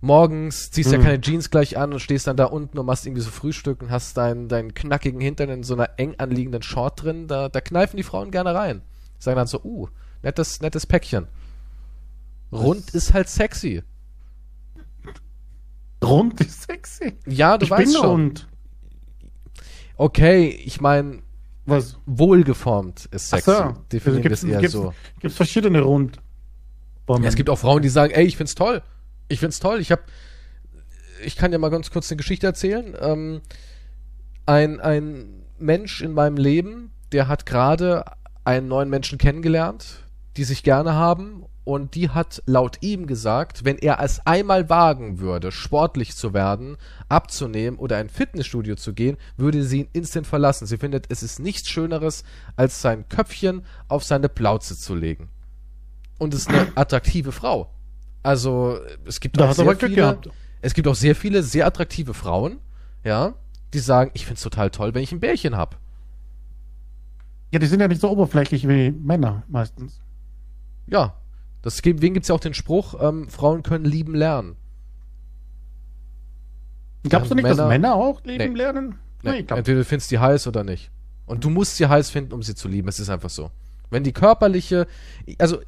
A: morgens ziehst
B: Mhm.
A: ja keine Jeans gleich an und stehst dann da unten und machst irgendwie so Frühstück und hast deinen, deinen knackigen Hintern in so einer eng anliegenden Short drin, da, da kneifen die Frauen gerne rein. Sagen dann so, uh, nettes, nettes Päckchen. Rund ist halt sexy.
B: Rund ist sexy.
A: Ja, du
B: ich bin
A: weißt schon.
B: rund.
A: Okay, ich meine,
B: Was?
A: wohlgeformt ist sexy.
B: Ach so. Also
A: Definieren wir
B: gibt's-
A: es eher
B: gibt's,
A: so.
B: Gibt's verschiedene Rund. Boah,
A: Ja, es gibt auch Frauen, die sagen, ey, ich find's toll. Ich find's toll. Ich hab, ich kann dir mal ganz kurz eine Geschichte erzählen. Ähm, ein, ein Mensch in meinem Leben, der hat gerade einen neuen Menschen kennengelernt, die sich gerne haben. Und die hat laut ihm gesagt, wenn er es einmal wagen würde, sportlich zu werden, abzunehmen oder in ein Fitnessstudio zu gehen, würde sie ihn instant verlassen. Sie findet, es ist nichts Schöneres, als sein Köpfchen auf seine Plauze zu legen und ist eine attraktive Frau. Also es gibt
B: Da
A: auch
B: hat er
A: sehr
B: aber Glück
A: viele,
B: gehabt.
A: es gibt auch sehr viele sehr attraktive Frauen, ja, die sagen, ich find's total toll, wenn ich ein Bärchen hab.
B: ja, die sind ja nicht so oberflächlich wie Männer meistens.
A: Ja, das gibt, wegen gibt's ja auch den Spruch, ähm, Frauen können lieben lernen.
B: Glaubst du nicht, dass
A: Also Männer-
B: Männer auch lieben
A: Nee.
B: lernen?
A: Nee,
B: ich glaub-
A: Entweder du findest die heiß oder nicht. Und du musst sie heiß finden, um sie zu lieben. Es ist einfach so. Wenn die körperliche, also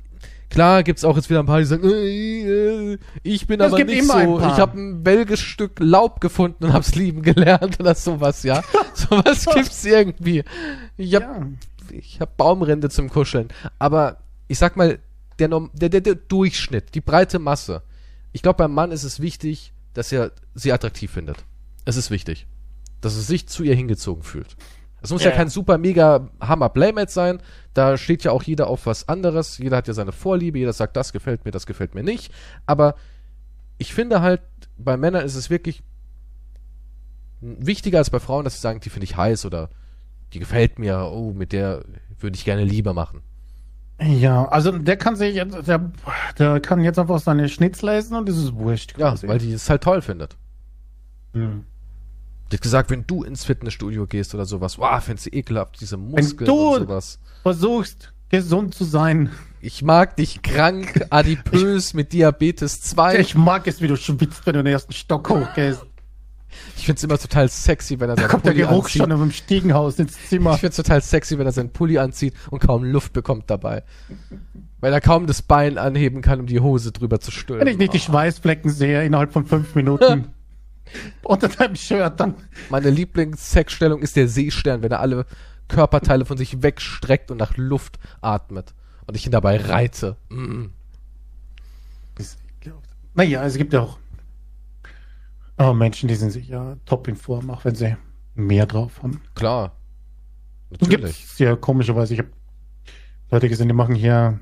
A: klar gibt's auch jetzt wieder ein paar, die sagen, äh, äh, ich bin
B: Es
A: aber
B: gibt
A: nicht
B: immer ein
A: so,
B: paar.
A: ich habe ein belgisches Stück Laub gefunden und hab's lieben gelernt oder sowas, ja. sowas gibt's irgendwie. Ich hab,
B: ja.
A: ich hab Baumrinde zum Kuscheln. Aber ich sag mal, der, Norm- der, der, der Durchschnitt, die breite Masse. Ich glaube, beim Mann ist es wichtig, dass er sie attraktiv findet. Es ist wichtig, dass er sich zu ihr hingezogen fühlt. Es muss ja,
B: Ja.
A: kein super mega Hammer Playmate sein. Da steht ja auch jeder auf was anderes. Jeder hat ja seine Vorliebe. Jeder sagt, das gefällt mir, das gefällt mir nicht. Aber ich finde halt, bei Männern ist es wirklich wichtiger als bei Frauen, dass sie sagen, die finde ich heiß oder die gefällt mir. Oh, mit der würde ich gerne Liebe machen.
B: Ja, also der kann sich jetzt, der, der kann jetzt einfach seine Schnitzel essen und das ist wurscht.
A: Ja,
B: quasi.
A: weil die es halt toll findet.
B: Hm.
A: Die hat gesagt, wenn du ins Fitnessstudio gehst oder sowas, wow, findest du ekelhaft, diese Muskeln
B: du-
A: und sowas.
B: versuchst, gesund zu sein.
A: Ich mag dich krank, adipös, mit Diabetes 2. Ich,
B: Ich mag es, wie du schwitzt, wenn du in den ersten Stock hochgehst.
A: find's immer total sexy, wenn er
B: Da
A: seinen
B: kommt der
A: Pulli
B: Geruch
A: anzieht.
B: schon aus dem Stiegenhaus ins Zimmer.
A: Ich find's total sexy, wenn er seinen Pulli anzieht und kaum Luft bekommt dabei. Weil er kaum das Bein anheben kann, um die Hose drüber zu stülpen.
B: Wenn ich nicht die Schweißflecken sehe innerhalb von fünf Minuten unter deinem Shirt, dann
A: Meine Lieblingssexstellung ist der Seestern, wenn er alle Körperteile von sich wegstreckt und nach Luft atmet. Und ich ihn dabei reite. Mm.
B: Naja, es gibt ja auch oh, Menschen, die sind sicher top in Form, auch wenn sie mehr drauf haben.
A: Klar.
B: Es gibt ja komischerweise, ich habe Leute gesehen, die machen hier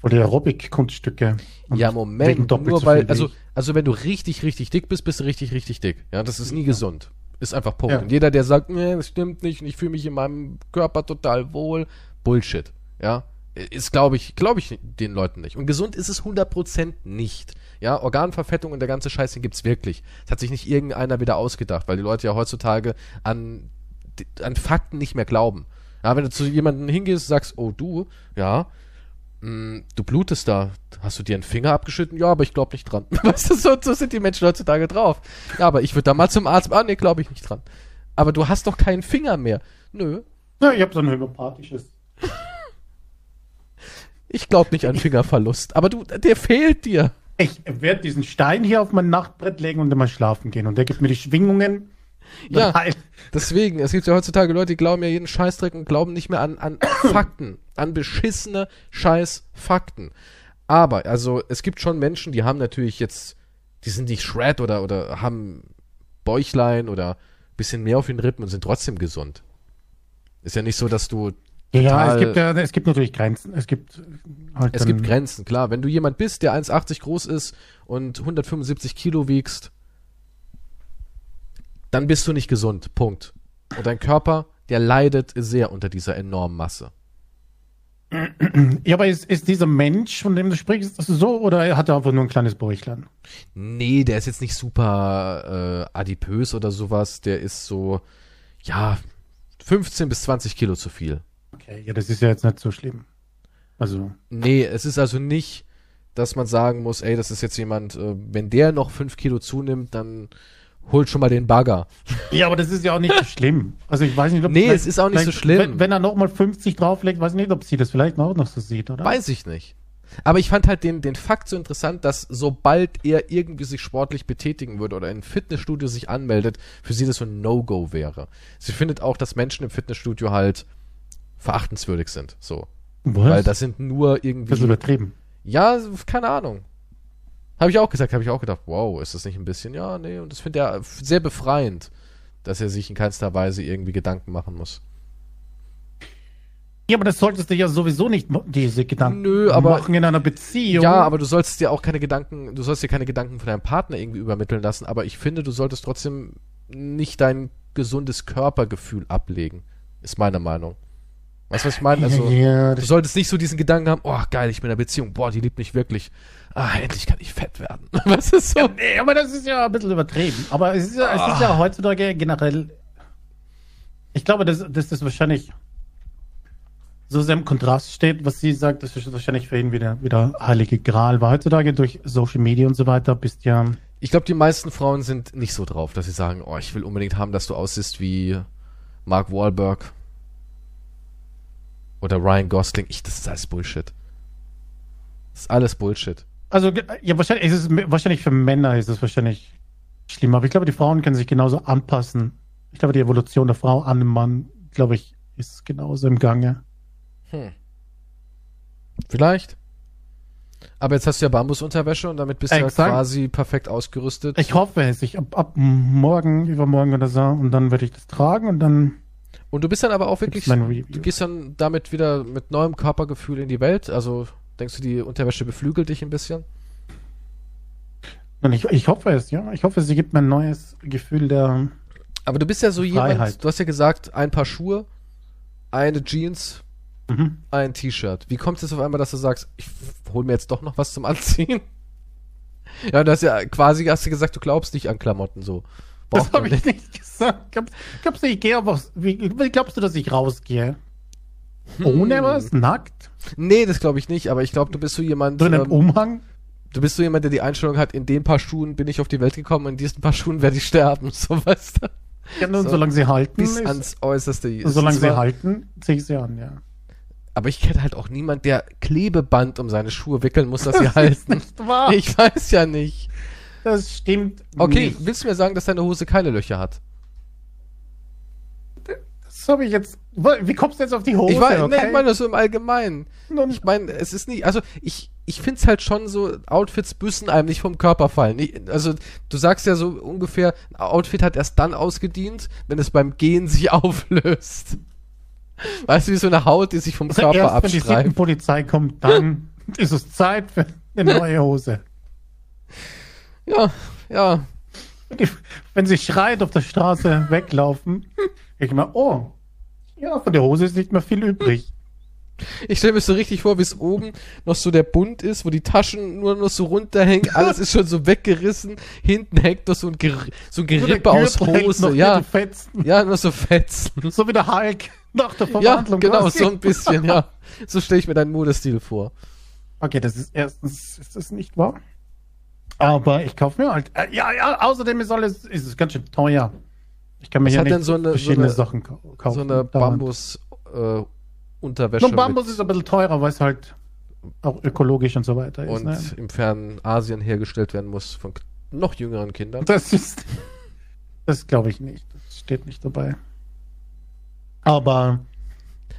B: voll die Aerobic-Kunststücke. Und
A: Ja,
B: wegen
A: Moment,
B: doppelt
A: nur
B: so
A: weil,
B: viel
A: also,
B: Gewicht.
A: also wenn du richtig, richtig dick bist, bist du richtig, richtig dick. Ja, das ist nie gesund. Ist einfach Punkt.
B: Ja.
A: Und jeder, der sagt, nee, das stimmt nicht und ich fühle mich in meinem Körper total wohl, Bullshit. Ja, ist, glaube ich, glaube ich den Leuten nicht. Und gesund ist es 100% nicht. Ja, Organverfettung und der ganze Scheiß, den gibt's wirklich. Das hat sich nicht irgendeiner wieder ausgedacht, weil die Leute ja heutzutage an d- an Fakten nicht mehr glauben. Ja, wenn du zu jemandem hingehst und sagst, oh du, ja, mh, du blutest da, hast du dir einen Finger abgeschnitten? Ja, aber ich glaube nicht dran. Weißt du, so, so sind die Menschen heutzutage drauf. Ja, aber ich würde da mal zum Arzt, ah nee, glaube ich nicht dran. Aber du hast doch keinen Finger mehr. Nö,
B: Ja, ich habe so ein homöopathisches.
A: ich glaube nicht an Fingerverlust. Aber du, der fehlt dir.
B: Ich werde diesen Stein hier auf mein Nachtbrett legen und immer schlafen gehen. Und der gibt mir die Schwingungen.
A: Ja.
B: Weil-
A: Deswegen, es gibt ja heutzutage Leute, die glauben ja jeden Scheißdreck und glauben nicht mehr an, an Fakten, an beschissene Scheißfakten. Aber, also, es gibt schon Menschen, die haben natürlich jetzt, die sind nicht Shred oder, oder haben Bäuchlein oder bisschen mehr auf den Rippen und sind trotzdem gesund. Ist ja nicht so, dass du,
B: Ja, ja,
A: Total-
B: es gibt, ja, es gibt natürlich Grenzen. Es gibt halt
A: es
B: dann-
A: gibt Grenzen, klar. Wenn du jemand bist, der 1,80 groß ist und 175 Kilo wiegst, dann bist du nicht gesund. Punkt. Und dein Körper, der leidet sehr unter dieser enormen Masse.
B: Ja, aber ist, ist dieser Mensch, von dem du sprichst, so oder hat er einfach nur ein kleines Bäuchlein?
A: Nee, der ist jetzt nicht super äh, adipös oder sowas. Der ist so, ja, 15 bis 20 Kilo zu viel.
B: Okay, ja, das ist ja jetzt nicht so schlimm. Also,
A: Nee, es ist also nicht, dass man sagen muss, ey, das ist jetzt jemand, äh, wenn der noch fünf Kilo zunimmt, dann holt schon mal den Bagger.
B: Ja, aber das ist ja auch nicht so schlimm. Also ich weiß nicht, ob
A: Nee,
B: vielleicht-
A: es ist auch nicht so
B: vielleicht-
A: schlimm.
B: Wenn, wenn er nochmal 50 drauflegt, weiß ich nicht, ob sie das vielleicht auch noch so sieht, oder?
A: Weiß ich nicht. Aber ich fand halt den, den Fakt so interessant, dass sobald er irgendwie sich sportlich betätigen würde oder in ein Fitnessstudio sich anmeldet, für sie das so ein No-Go wäre. Sie findet auch, dass Menschen im Fitnessstudio halt verachtenswürdig sind. So.
B: Was? Also,
A: Weil das sind nur irgendwie.
B: das ist übertrieben.
A: Ja, keine Ahnung. Habe ich auch gesagt, habe ich auch gedacht, wow, ist das nicht ein bisschen, ja, nee, und das findet er sehr befreiend, dass er sich in keinster Weise irgendwie Gedanken machen muss.
B: Ja, aber das solltest du ja sowieso nicht mo- diese Gedanken
A: Nö, aber-
B: machen in einer Beziehung.
A: Ja, aber du sollst dir auch keine Gedanken, du sollst dir keine Gedanken von deinem Partner irgendwie übermitteln lassen, aber ich finde, du solltest trotzdem nicht dein gesundes Körpergefühl ablegen, ist meine Meinung. Weißt du, was ich meine? Also,
B: ja, ja,
A: du
B: das,
A: solltest nicht so diesen Gedanken haben, oh, geil, ich bin in einer Beziehung, boah, die liebt mich wirklich. Ah, endlich kann ich fett werden. Was ist so?
B: nee, aber das ist ja ein bisschen übertrieben. Aber es ist ja, es ist ja heutzutage generell. Ich glaube, dass, dass das wahrscheinlich so sehr im Kontrast steht, was sie sagt, das ist wahrscheinlich für ihn wieder, wieder heilige Gral. Weil heutzutage durch Social Media und so weiter bist ja.
A: Ich glaube, die meisten Frauen sind nicht so drauf, dass sie sagen, oh, ich will unbedingt haben, dass du aussiehst wie Mark Wahlberg oder Ryan Gosling. Ich, das ist alles Bullshit. Das ist alles Bullshit.
B: Also ge- ja, wahrscheinlich ist es wahrscheinlich für Männer ist es wahrscheinlich schlimmer. Aber ich glaube, die Frauen können sich genauso anpassen. Ich glaube, die Evolution der Frau an den Mann, glaube ich, ist genauso im Gange. Hm.
A: Vielleicht. Aber jetzt hast du ja Bambusunterwäsche und damit bist du ja
B: Exakt.
A: quasi perfekt ausgerüstet.
B: Ich hoffe es. Ich ab, ab morgen, übermorgen oder so, und dann werde ich das tragen und dann
A: Und du bist dann aber auch wirklich,
B: gibt's mein
A: du
B: Review.
A: gehst dann damit wieder mit neuem Körpergefühl in die Welt. Also denkst du, die Unterwäsche beflügelt dich ein bisschen?
B: Und ich, ich hoffe es, ja. Ich hoffe, sie gibt mir ein neues Gefühl der.
A: Aber du bist ja so jemand,
B: Freiheit.
A: du hast ja gesagt, ein paar Schuhe, eine Jeans,
B: Mhm.
A: ein T-Shirt. Wie kommt es jetzt auf einmal, dass du sagst, ich hol mir jetzt doch noch was zum Anziehen? Ja, du hast ja quasi hast du gesagt, du glaubst nicht an Klamotten so.
B: Das
A: Braucht man
B: habe ich nicht gesagt. Glaubst, glaubst du, ich gehe einfach. Wie, glaubst du, dass ich rausgehe? Ohne was? Nackt?
A: Nee, das glaube ich nicht, aber ich glaube, du bist so jemand,
B: So in einem
A: ähm,
B: Umhang?
A: du bist so jemand, der die Einstellung hat, in den paar Schuhen bin ich auf die Welt gekommen, in diesen paar Schuhen werde ich sterben, so weißt du.
B: Ja, nur
A: so-
B: solange sie halten.
A: Bis
B: ist-
A: ans Äußerste. Es
B: Solange
A: ist
B: sie
A: zwar-
B: halten, ziehe ich sie an, ja.
A: Aber ich kenne halt auch niemand, der Klebeband um seine Schuhe wickeln muss, dass sie halten.
B: Nicht wahr?
A: Ich weiß ja nicht.
B: das stimmt
A: Okay,
B: nicht.
A: willst du mir sagen, dass deine Hose keine Löcher hat?
B: Das habe ich jetzt. Wie kommst du jetzt auf die Hose?
A: ich meine,
B: okay?
A: nee, ich meine das so im Allgemeinen.
B: Nun,
A: Ich meine, es ist nicht, also ich, ich finde es halt schon so, Outfits müssen einem nicht vom Körper fallen. Ich, also du sagst ja so ungefähr, ein Outfit hat erst dann ausgedient, wenn es beim Gehen sich auflöst. Weißt du, wie so eine Haut, die sich vom
B: also
A: Körper
B: erst, wenn die
A: abstreift.
B: Sittenpolizei kommt, dann ist es Zeit für eine neue Hose.
A: Ja, ja.
B: Wenn sie schreit auf der Straße weglaufen, ich mir, oh, ja, von der Hose ist nicht mehr viel übrig.
A: Ich stelle mir so richtig vor, wie es oben noch so der Bund ist, wo die Taschen nur noch so runterhängen, alles ist schon so weggerissen, hinten hängt noch so ein, Ger so ein Gerippe
B: Nur der
A: aus
B: Gürtel hängt noch
A: Hose,
B: mit
A: ja,
B: den Fetzen.
A: ja, nur so Fetzen.
B: So wie der Hulk nach der
A: Ja,
B: Verwandlung.
A: genau, so ein bisschen, ja. So stelle ich mir deinen Modestil vor.
B: Okay, das ist erstens ist das nicht wahr. Aber ich kaufe mir halt. Äh, ja, ja, außerdem ist alles ist es ganz schön teuer. Ich kann mir
A: Was
B: hier
A: hat
B: nicht
A: denn so eine- so
B: verschiedene
A: eine-
B: Sachen kau- kaufen.
A: so eine äh,
B: dauernd.
A: Bambus-Unterwäsche.
B: Nur Bambus ist ein bisschen teurer, weil es halt auch ökologisch und so weiter ist.
A: und
B: ne?
A: im fernen Asien hergestellt werden muss von k- noch jüngeren Kindern.
B: Das ist. Das glaube ich nicht. Das steht nicht dabei. Aber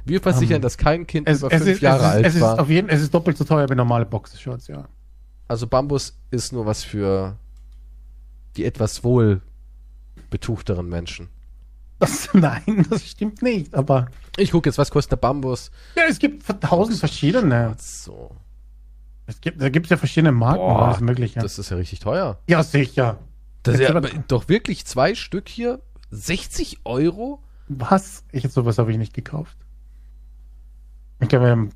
A: Wir versichern,
B: Ähm,
A: dass kein Kind
B: es,
A: über
B: es,
A: fünf
B: ist,
A: Jahre
B: es, ist,
A: alt
B: es ist
A: war.
B: auf jeden es ist doppelt so teuer wie normale Boxershorts, ja.
A: Also Bambus ist nur was für die etwas wohl betuchteren Menschen.
B: Das, nein, das stimmt nicht. Aber
A: Ich gucke jetzt, was kostet der Bambus?
B: ja, es gibt tausend verschiedene.
A: So,
B: Es gibt, da gibt es ja verschiedene Marken,
A: Boah,
B: alles Mögliche.
A: das ist ja richtig teuer.
B: ja, sicher.
A: Das ist ja,
B: Jetzt
A: aber doch wirklich zwei Stück hier, 60 Euro?
B: Was? Ich sowas habe ich nicht gekauft. Ich glaube, ähm,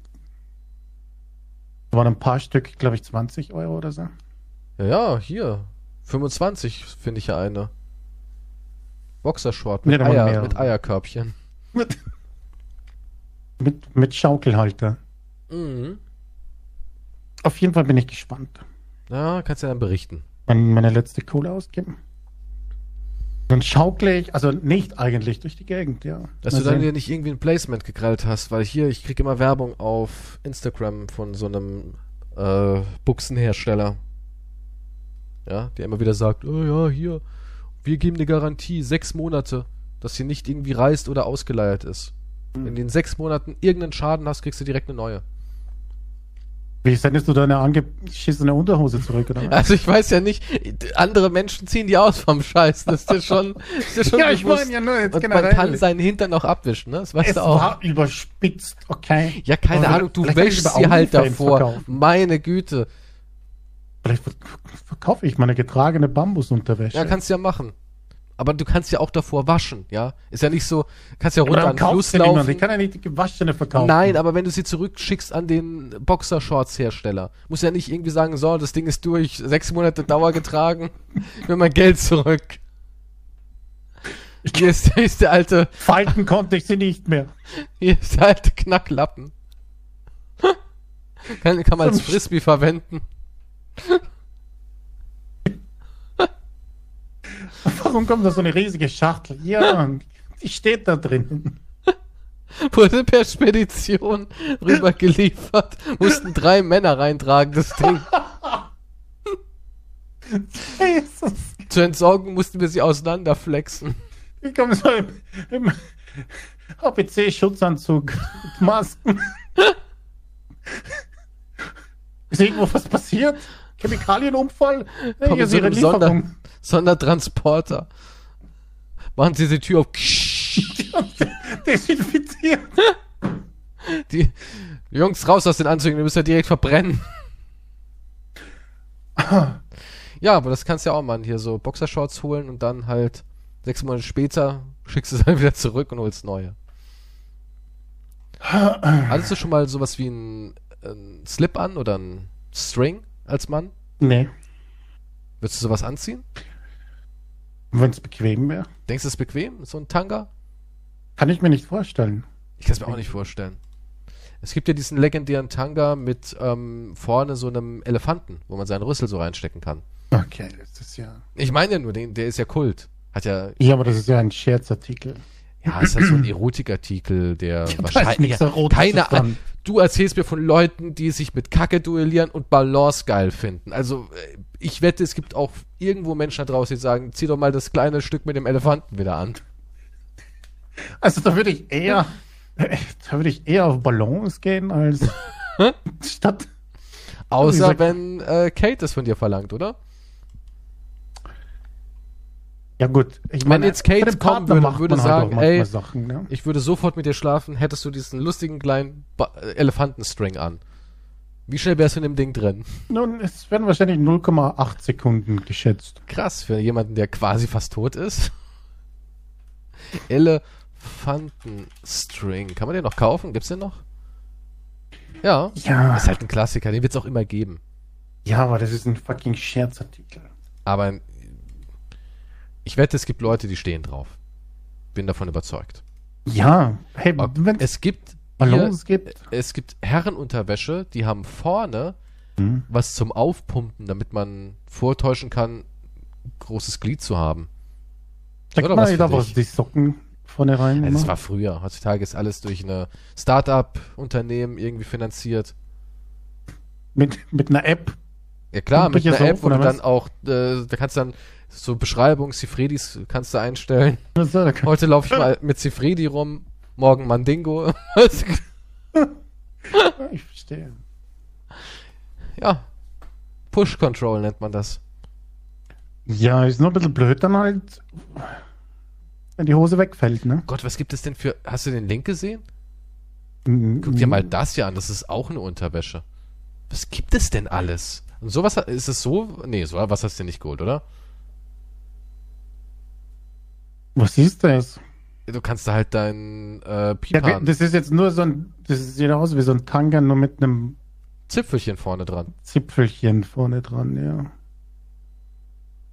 B: waren ein paar Stück, glaube ich, 20 Euro oder so.
A: Ja, ja, hier. 25 finde ich ja eine. Boxershort mit,
B: Nee, da waren
A: Eier,
B: mehrere.
A: mit Eierkörbchen.
B: Mit, mit, mit Schaukelhalter.
A: Mhm.
B: auf jeden Fall bin ich gespannt.
A: Ja, kannst ja dann berichten.
B: Wann meine letzte Kohle ausgeben. Dann schaukle ich, also nicht eigentlich durch die Gegend, ja.
A: Dass
B: Mal
A: du dann
B: sehen.
A: dir nicht irgendwie ein Placement gekrallt hast, weil hier, ich krieg immer Werbung auf Instagram von so einem äh, Buchsenhersteller. Ja, der immer wieder sagt, oh ja, hier, wir geben eine Garantie, sechs Monate, dass sie nicht irgendwie reißt oder ausgeleiert ist.
B: Hm.
A: Wenn du in sechs Monaten irgendeinen Schaden hast, kriegst du direkt eine neue.
B: Wie sendest du deine angeschissene Unterhose zurück, oder? was?
A: Also ich weiß ja nicht, andere Menschen ziehen die aus vom Scheiß. Das ist dir schon, ist dir schon bewusst.
B: nur jetzt
A: Und man kann seinen Hintern auch abwischen, ne? Das weißt
B: Es
A: du auch.
B: war überspitzt, okay.
A: Ja, keine
B: Aber
A: Ahnung, du
B: vielleicht kann ich
A: wäschst
B: über
A: sie halt
B: Onlyfans
A: davor.
B: verkaufen.
A: Meine Güte.
B: Vielleicht ver- verkaufe ich meine getragene Bambusunterwäsche.
A: Ja, kannst ja machen. Aber du kannst ja auch davor waschen, ja? Ist ja nicht so, kannst ja
B: aber
A: runter an
B: dann
A: den Fluss
B: kaufst du niemand. Ich
A: laufen.
B: kann ja nicht die gewaschene verkaufen.
A: Nein, aber wenn du sie zurückschickst an den Boxershorts-Hersteller, muss ja nicht irgendwie sagen, so, das Ding ist durch, sechs Monate Dauer getragen, ich will mein Geld zurück. Hier ist, hier ist der alte,
B: Falten konnte ich sie nicht mehr.
A: hier ist der alte Knacklappen. Kann, kann man als Frisbee verwenden.
B: Warum kommt da so eine riesige Schachtel? Ja, und die steht da drin.
A: wurde per Spedition rübergeliefert. Mussten drei Männer reintragen, das Ding.
B: Jesus.
A: Zu entsorgen mussten wir sie auseinanderflexen.
B: Ich komme so im, im HPC-Schutzanzug, Masken. Ist irgendwo was passiert? Chemikalienunfall? Nee,
A: Kommt
B: hier ist
A: so
B: ihre
A: einem Sonder
B: Lieferung.
A: Sondertransporter. Machen sie die Tür auf.
B: Desinfiziert.
A: Die Jungs raus aus den Anzügen, die müssen ja direkt verbrennen. Ja, aber das kannst du ja auch machen. Hier so Boxershorts holen und dann halt sechs Monate später schickst du es dann wieder zurück und holst neue. Hattest du schon mal sowas wie ein, ein Slip an oder ein String als Mann?
B: Nee,
A: Würdest du sowas anziehen?
B: wenn es bequem wäre.
A: Denkst du, es ist bequem? So ein Tanga?
B: Kann ich mir nicht vorstellen.
A: Ich kann es mir auch nicht vorstellen. Es gibt ja diesen legendären Tanga mit ähm, vorne so einem Elefanten, wo man seinen Rüssel so reinstecken kann.
B: Okay, das ist ja.
A: Ich meine ja nur, den, der ist ja Kult. Hat ja,
B: Ja, aber das ist ja ein Scherzartikel.
A: ja, ist halt so ein Erotikartikel, der wahrscheinlich.
B: nichts
A: Ja,
B: Erotisches
A: keine
B: dran.
A: Ahnung. Du erzählst mir von Leuten, die sich mit Kacke duellieren und Balance geil finden. Also, äh, ich wette, es gibt auch irgendwo Menschen da draußen, die sagen, zieh doch mal das kleine Stück mit dem Elefanten wieder an.
B: Also da würde ich eher, da würde ich eher auf Balance gehen als statt.
A: Außer
B: gesagt-
A: wenn äh, Kate das von dir verlangt, oder?
B: Ja gut, ich
A: Wenn jetzt Kate
B: für den
A: kommen
B: Partner
A: würde,
B: macht
A: würde
B: man halt
A: sagen,
B: auch manchmal
A: ey,
B: Sachen, ne?
A: Ich würde sofort mit dir schlafen, hättest du diesen lustigen kleinen ba äh, Elefantenstring an. Wie schnell wärst du in dem Ding drin?
B: Nun, es werden wahrscheinlich 0,8 Sekunden geschätzt.
A: Krass, für jemanden, der quasi fast tot ist. Elefantenstring. Kann man den noch kaufen? Gibt's den noch? Ja.
B: Ja,
A: Ist halt ein Klassiker, den wird's auch immer geben.
B: ja, aber das ist ein fucking Scherzartikel.
A: Aber ich wette, es gibt Leute, die stehen drauf. Bin davon überzeugt.
B: Ja, hey, wenn es
A: Es gibt
B: Balance gibt,
A: es gibt Herrenunterwäsche, die haben vorne
B: Mhm.
A: was zum Aufpumpen, damit man vortäuschen kann, großes Glied zu haben.
B: steckt
A: oder
B: man
A: was
B: nicht
A: für
B: einfach
A: dich?
B: die Socken vorne rein.
A: Also das
B: immer?
A: war früher. Heutzutage ist alles durch eine Start-up-Unternehmen irgendwie finanziert.
B: mit, mit einer App.
A: Ja klar, mit
B: Pumpt
A: einer
B: dich das
A: App,
B: auf,
A: wo du
B: oder
A: dann
B: was?
A: auch, äh, da kannst du dann so Beschreibung, Sifredis kannst du einstellen.
B: Also, da kann-
A: Heute laufe ich mal mit Sifredi rum, morgen Mandingo.
B: Ich verstehe.
A: ja. Push-Control nennt man das.
B: Ja, ist nur ein bisschen blöd dann halt, wenn die Hose wegfällt, ne?
A: Gott, was gibt es denn für. Hast du den Link gesehen?
B: Guck
A: Guck dir mal das hier an, das ist auch eine Unterwäsche. Was gibt es denn alles? Und sowas hat- ist es so. Nee, so was hast du dir nicht geholt, oder?
B: Was ist das?
A: Du kannst da halt dein äh,
B: Ja,
A: Pipan
B: das ist jetzt nur so ein, das ist sieht aus wie so ein Tanga, nur mit einem
A: Zipfelchen vorne dran.
B: Zipfelchen vorne dran, ja.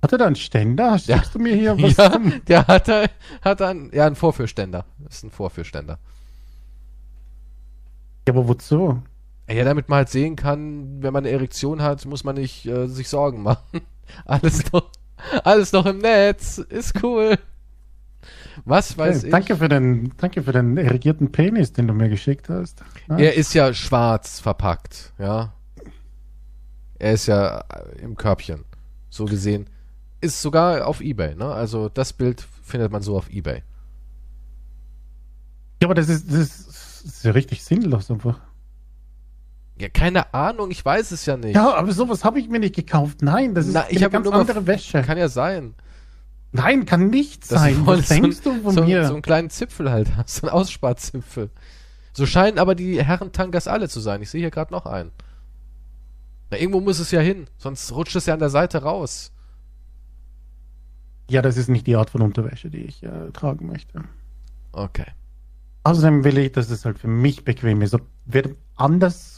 B: Hat er da einen Ständer? Schickst du mir hier was?
A: Ja,
B: zum-
A: der hat da, hat da einen, ja, einen Vorführständer. Das ist ein Vorführständer.
B: Ja, aber wozu?
A: Ja, damit man halt sehen kann, wenn man eine Erektion hat, muss man nicht äh, sich Sorgen machen. Alles noch, alles noch im Netz. Ist cool. Was weiß
B: Hey,
A: ich.
B: danke, für den, danke für den irrigierten Penis, den du mir geschickt hast. Ja,
A: Er ist ja schwarz verpackt, ja. Er ist ja äh, im Körbchen, so gesehen. Ist sogar auf Ebay, ne? Also das Bild findet man so auf Ebay.
B: Ja, aber das ist, das ist, das ist ja richtig sinnlos einfach.
A: Ja, keine Ahnung, ich weiß es ja nicht.
B: Ja, aber sowas habe ich mir nicht gekauft. Nein, das ist
A: Na, ich
B: eine
A: hab
B: ganz
A: nur mal-
B: andere Wäsche.
A: Kann ja sein.
B: Nein, kann nicht
A: dass
B: sein.
A: vorne
B: Was denkst
A: so,
B: du von
A: so,
B: mir?
A: so einen kleinen Zipfel halt hast, so einen Aussparzipfel. So scheinen aber die Herrentankers alle zu sein. Ich sehe hier gerade noch einen. Na, irgendwo muss es ja hin, sonst rutscht es ja an der Seite raus.
B: ja, das ist nicht die Art von Unterwäsche, die ich äh, tragen möchte.
A: Okay.
B: Außerdem will ich, dass es halt für mich bequem ist. Ob wer anders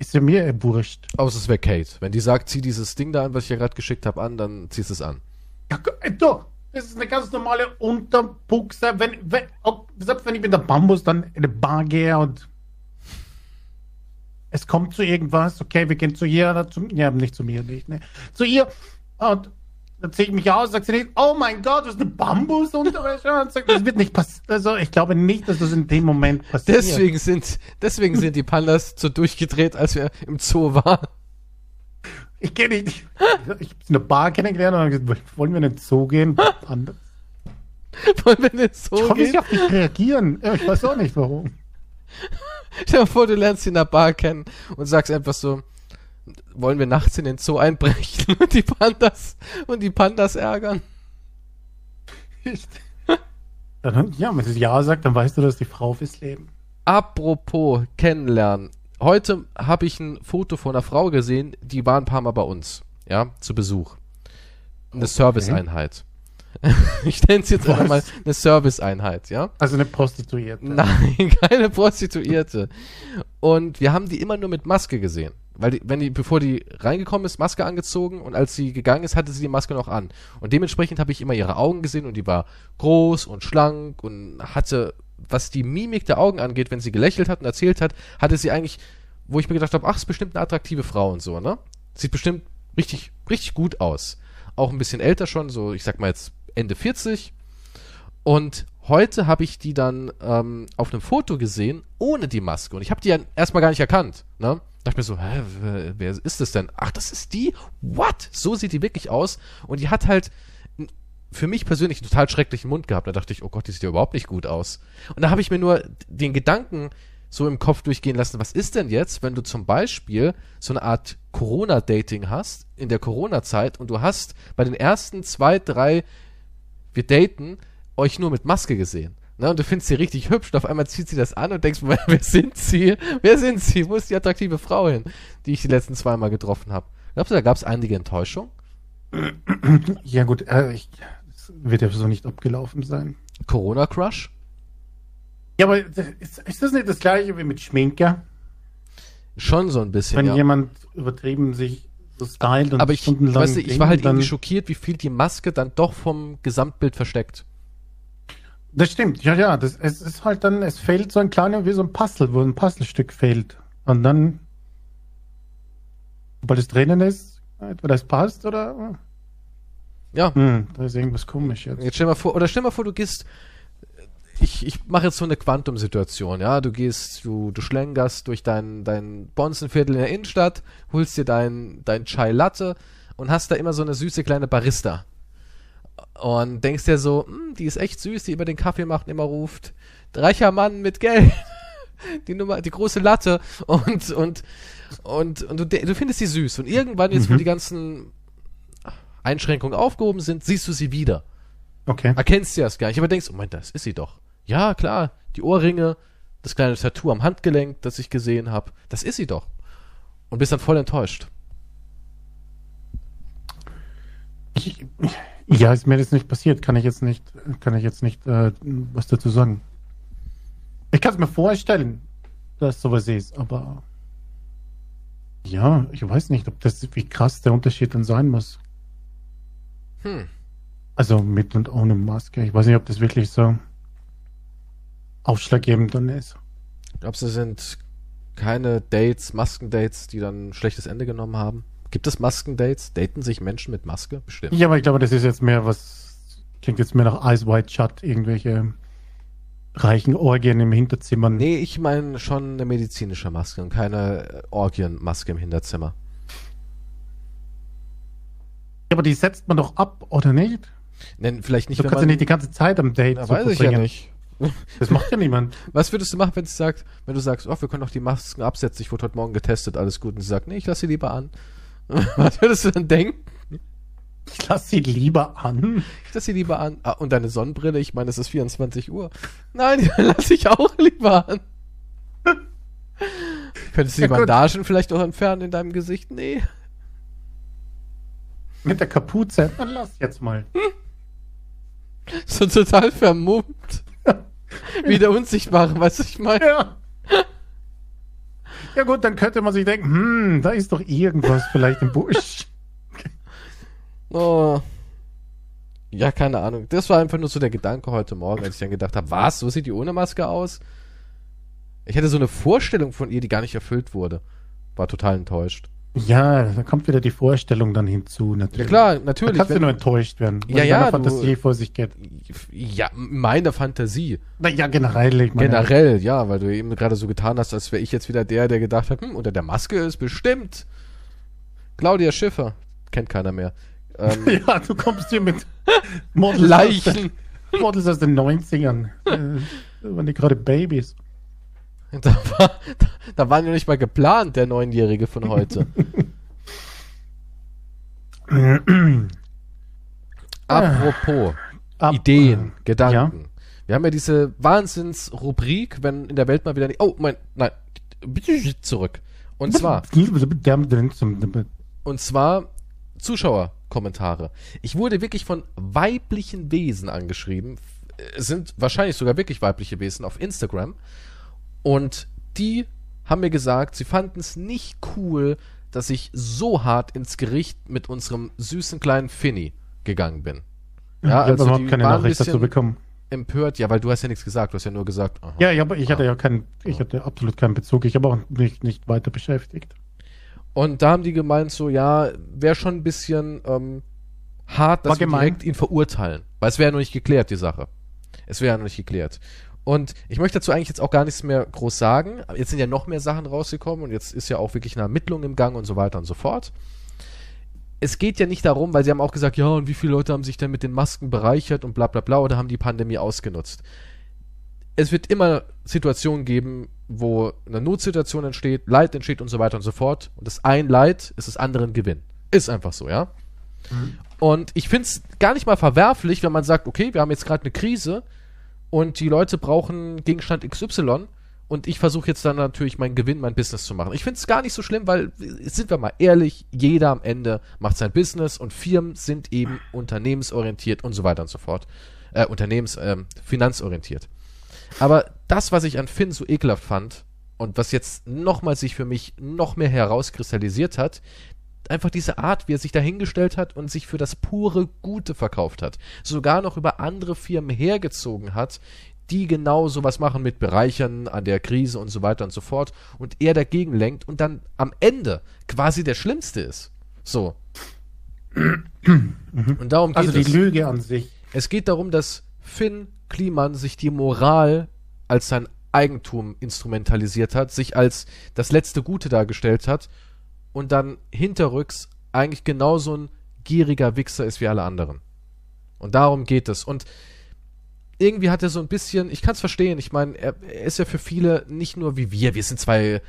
B: ist ja mir eh wurscht.
A: Außer es wäre Kate. Wenn die sagt, zieh dieses Ding da an, was ich ja gerade geschickt habe, an, dann ziehst du es an.
B: Ja, ey, äh, doch, das ist eine ganz normale Unterbuchse. Wenn, wenn, ob, selbst wenn ich mit der Bambus dann in eine Bar gehe und es kommt zu irgendwas, okay, wir gehen zu ihr, oder zu, ja, nicht zu mir, nicht, ne, zu ihr und dann ziehe ich mich aus, sagt sie nicht, oh mein Gott, was ist eine Bambusunterwäsche? Und sagt, das wird nicht passieren. Also, ich glaube nicht, dass das in dem Moment passiert.
A: Deswegen sind, deswegen sind die Pandas so durchgedreht, als wir im Zoo waren.
B: Ich gehe nicht. Ich habe eine Bar kennengelernt und habe gesagt, wollen wir in den Zoo gehen? Anders.
A: Wollen wir in den
B: Ich
A: Zoo
B: konnte
A: gehen?
B: nicht auf dich reagieren. Ich weiß auch nicht warum.
A: Stell dir vor, du lernst sie in der Bar kennen und sagst einfach so, wollen wir nachts in den Zoo einbrechen und die Pandas, und die Pandas ärgern?
B: Dann, ja, wenn sie Ja sagt, dann weißt du, dass die Frau fürs Leben.
A: Apropos kennenlernen. Heute habe ich ein Foto von einer Frau gesehen, die war ein paar Mal bei uns, ja, zu Besuch. Eine Serviceeinheit. ich nenne es jetzt
B: Was?
A: einfach mal eine Serviceeinheit, ja.
B: Also eine Prostituierte.
A: Nein, keine Prostituierte. Und wir haben die immer nur mit Maske gesehen. Weil die, wenn die, bevor die reingekommen ist, Maske angezogen und als sie gegangen ist, hatte sie die Maske noch an. Und dementsprechend habe ich immer ihre Augen gesehen und die war groß und schlank und hatte, was die Mimik der Augen angeht, wenn sie gelächelt hat und erzählt hat, hatte sie eigentlich, wo ich mir gedacht habe, ach, ist bestimmt eine attraktive Frau und so, ne? Sieht bestimmt richtig, richtig gut aus. Auch ein bisschen älter schon, so, ich sag mal jetzt Ende 40, und heute habe ich die dann ähm, auf einem Foto gesehen, ohne die Maske. Und ich habe die ja erstmal gar nicht erkannt. Ne? Dachte mir so, hä, w- wer ist das denn? Ach, das ist die? What? So sieht die wirklich aus. Und die hat halt n- für mich persönlich einen total schrecklichen Mund gehabt. Da dachte ich, oh Gott, die sieht ja überhaupt nicht gut aus. Und da habe ich mir nur den Gedanken so im Kopf durchgehen lassen, was ist denn jetzt, wenn du zum Beispiel so eine Art Corona-Dating hast, in der Corona-Zeit, und du hast bei den ersten zwei, drei wir daten, euch nur mit Maske gesehen. Ne, und du findest sie richtig hübsch und auf einmal zieht sie das an und denkst, Moment, wer sind sie? Wer sind sie? Wo ist die attraktive Frau hin, die ich die letzten zweimal getroffen habe? Glaubst du, da gab es einige Enttäuschungen?
B: Ja gut, äh, ich, das wird ja so nicht abgelaufen sein.
A: Corona-Crush?
B: Ja, aber das- ist, ist das nicht das gleiche wie mit Schminke?
A: Schon so ein bisschen,
B: Wenn
A: ja.
B: jemand übertrieben sich so stylt und
A: Aber ich,
B: stundenlang
A: weißt du, ich
B: Ding,
A: war halt
B: dann,
A: irgendwie schockiert, wie viel die Maske dann doch vom Gesamtbild versteckt.
B: Das stimmt, ja, ja. Das, es ist halt dann, es fehlt so ein kleiner, wie so ein Puzzle, wo ein Puzzlestück fehlt. Und dann, sobald es drinnen ist, entweder es passt oder oh,
A: Ja,
B: hm, da ist irgendwas komisch jetzt.
A: Jetzt stell mal vor, oder stell mal vor, du gehst. Ich, ich mache jetzt so eine Quantum-Situation, ja. Du gehst, du, du schlenkerst durch dein, dein Bonzenviertel in der Innenstadt, holst dir dein, dein Chai Latte und hast da immer so eine süße kleine Barista. Und denkst dir so, "Hm, die ist echt süß, die immer den Kaffee macht und immer ruft, reicher Mann mit Geld. Die Nummer, die große Latte und, und, und, und du, de- du findest sie süß. Und irgendwann, jetzt wo die ganzen Einschränkungen aufgehoben sind, siehst du sie wieder
B: Okay.
A: erkennst sie erst gar nicht, aber denkst, oh mein, das ist sie doch. Ja, klar, die Ohrringe, das kleine Tattoo am Handgelenk, das ich gesehen habe, das ist sie doch. Und bist dann voll enttäuscht.
B: Ich, ja, ist mir das nicht passiert, kann ich jetzt nicht, kann ich jetzt nicht äh, was dazu sagen. Ich kann es mir vorstellen, dass sowas ist, aber ja, ich weiß nicht, ob das wie krass der Unterschied dann sein muss.
A: Hm.
B: Also mit und ohne Maske. Ich weiß nicht, ob das wirklich so aufschlaggebend dann ist.
A: Glaubst du, sind keine Dates, Maskendates, die dann ein schlechtes Ende genommen haben? Gibt es Maskendates? Daten sich Menschen mit Maske? Bestimmt.
B: Ja, aber ich glaube, das ist jetzt mehr was. Klingt jetzt mehr nach Eyes Wide Shut, irgendwelche reichen Orgien im Hinterzimmer.
A: Nee, ich meine schon eine medizinische Maske und keine äh, Orgienmaske im Hinterzimmer.
B: Ja, aber die setzt man doch ab, oder nicht?
A: Nein, vielleicht nicht,
B: du kannst ja nicht die ganze Zeit am Date
A: Na,
B: so
A: weiß ich ja
B: verbringen.
A: nicht.
B: Das macht ja niemand.
A: Was würdest du machen, wenn sie sagt, wenn du sagst, oh, wir können doch die Masken absetzen, ich wurde heute Morgen getestet, alles gut, und sie sagt, nee, ich lasse sie lieber an. Was würdest du dann denken?
B: Ich lass sie lieber an.
A: Ich lasse sie lieber an. Ah, und deine Sonnenbrille, ich meine, es ist 24 Uhr. Nein, die lasse ich auch lieber an. Könntest du die
B: Ja, gut.
A: Bandagen vielleicht noch entfernen in deinem Gesicht? Nee.
B: Mit der Kapuze. Dann lass jetzt mal.
A: So total vermummt. Wie der Unsichtbare, weißt du, ich meine.
B: Ja. Ja gut, dann könnte man sich denken, hm, da ist doch irgendwas vielleicht im Busch.
A: Oh. Ja, keine Ahnung. Das war einfach nur so der Gedanke heute Morgen, als ich dann gedacht habe, was, so sieht die ohne Maske aus? Ich hatte so eine Vorstellung von ihr, die gar nicht erfüllt wurde. War total enttäuscht.
B: Ja, da kommt wieder die Vorstellung dann hinzu, natürlich.
A: Ja klar,
B: Da
A: natürlich.
B: kannst du
A: wenn-
B: nur enttäuscht werden,
A: Ja, ja,
B: deiner
A: du-
B: Fantasie vor sich geht.
A: ja, meine Fantasie.
B: Na ja, generell. Ich meine,
A: Generell, ja, weil du eben gerade so getan hast, als wäre ich jetzt wieder der, der gedacht hat, hm, unter der Maske ist bestimmt. Claudia Schiffer. Kennt keiner mehr. Ähm,
B: Ja, du kommst hier mit Models,
A: Leichen.
B: Aus, den, Models aus den 90ern. Äh, da waren die gerade Babys.
A: Da, war, da, da waren wir nicht mal geplant, der Neunjährige von heute. Apropos
B: Ab-
A: Ideen, Gedanken. Wir haben ja diese Wahnsinnsrubrik, wenn in der Welt mal wieder nicht. Oh, mein, nein, zurück. Und zwar, und zwar Zuschauerkommentare. Ich wurde wirklich von weiblichen Wesen angeschrieben. Es sind wahrscheinlich sogar wirklich weibliche Wesen auf Instagram. Und die haben mir gesagt, sie fanden es nicht cool, dass ich so hart ins Gericht mit unserem süßen kleinen Finny gegangen bin.
B: Ja, ich habe
A: also
B: überhaupt
A: die
B: keine
A: waren ein
B: Nachricht dazu
A: bisschen-
B: bekommen.
A: Empört, ja, weil du hast ja nichts gesagt, du hast ja nur gesagt, aha.
B: Ja, ich, hab, ich hatte ja keinen, ich hatte absolut keinen Bezug. Ich habe auch nicht, nicht weiter beschäftigt.
A: Und da haben die gemeint, so, ja, wäre schon ein bisschen ähm, hart,
B: War
A: dass wir
B: gemein.
A: direkt ihn verurteilen. Weil es wäre ja noch nicht geklärt, die Sache. Es wäre ja noch nicht geklärt. Und ich möchte dazu eigentlich jetzt auch gar nichts mehr groß sagen. Aber Jetzt sind ja noch mehr Sachen rausgekommen und jetzt ist ja auch wirklich eine Ermittlung im Gang und so weiter und so fort. Es geht ja nicht darum, weil sie haben auch gesagt, ja, und wie viele Leute haben sich denn mit den Masken bereichert und bla bla bla oder haben die Pandemie ausgenutzt. Es wird immer Situationen geben, wo eine Notsituation entsteht, Leid entsteht und so weiter und so fort. Und das ein Leid ist das andere ein Gewinn. Ist einfach so, ja. Und ich finde es gar nicht mal verwerflich, wenn man sagt, okay, wir haben jetzt gerade eine Krise und die Leute brauchen Gegenstand XY und ich versuche jetzt dann natürlich meinen Gewinn, mein Business zu machen. Ich finde es gar nicht so schlimm, weil, äh, sind wir mal ehrlich, jeder am Ende macht sein Business und Firmen sind eben unternehmensorientiert und so weiter und so fort. Äh, unternehmens, ähm, finanzorientiert. Aber das, was ich an Finn so ekelhaft fand und was jetzt nochmal sich für mich noch mehr herauskristallisiert hat, einfach diese Art, wie er sich dahingestellt hat und sich für das pure Gute verkauft hat. Sogar noch über andere Firmen hergezogen hat, die genau sowas machen mit Bereichern an der Krise und so weiter und so fort und er dagegen lenkt und dann am Ende quasi der Schlimmste ist. So. Und darum geht
B: Mhm. Also die
A: es.
B: Lüge an sich.
A: Es geht darum, dass Finn Kliman sich die Moral als sein Eigentum instrumentalisiert hat, sich als das letzte Gute dargestellt hat und dann hinterrücks eigentlich genauso ein gieriger Wichser ist wie alle anderen. Und darum geht es. Und irgendwie hat er so ein bisschen, ich kann es verstehen, ich meine, er, er ist ja für viele nicht nur wie wir, wir sind zwei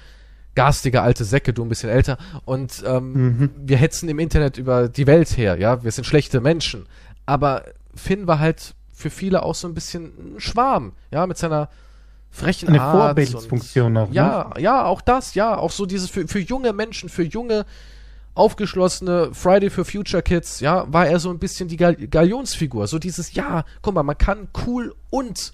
A: garstige alte Säcke, du ein bisschen älter, und ähm,
B: Mhm.
A: wir hetzen im Internet über die Welt her, ja, wir sind schlechte Menschen. Aber Finn war halt für viele auch so ein bisschen ein Schwarm, ja, mit seiner frechen
B: Eine
A: Art und-
B: Vorbildsfunktion auch. Ne?
A: Ah, ja, ja, auch das, ja, auch so dieses für, für junge Menschen, für junge aufgeschlossene Friday for Future Kids, ja, war er so ein bisschen die Gal Galionsfigur, so dieses ja, guck mal, man kann cool und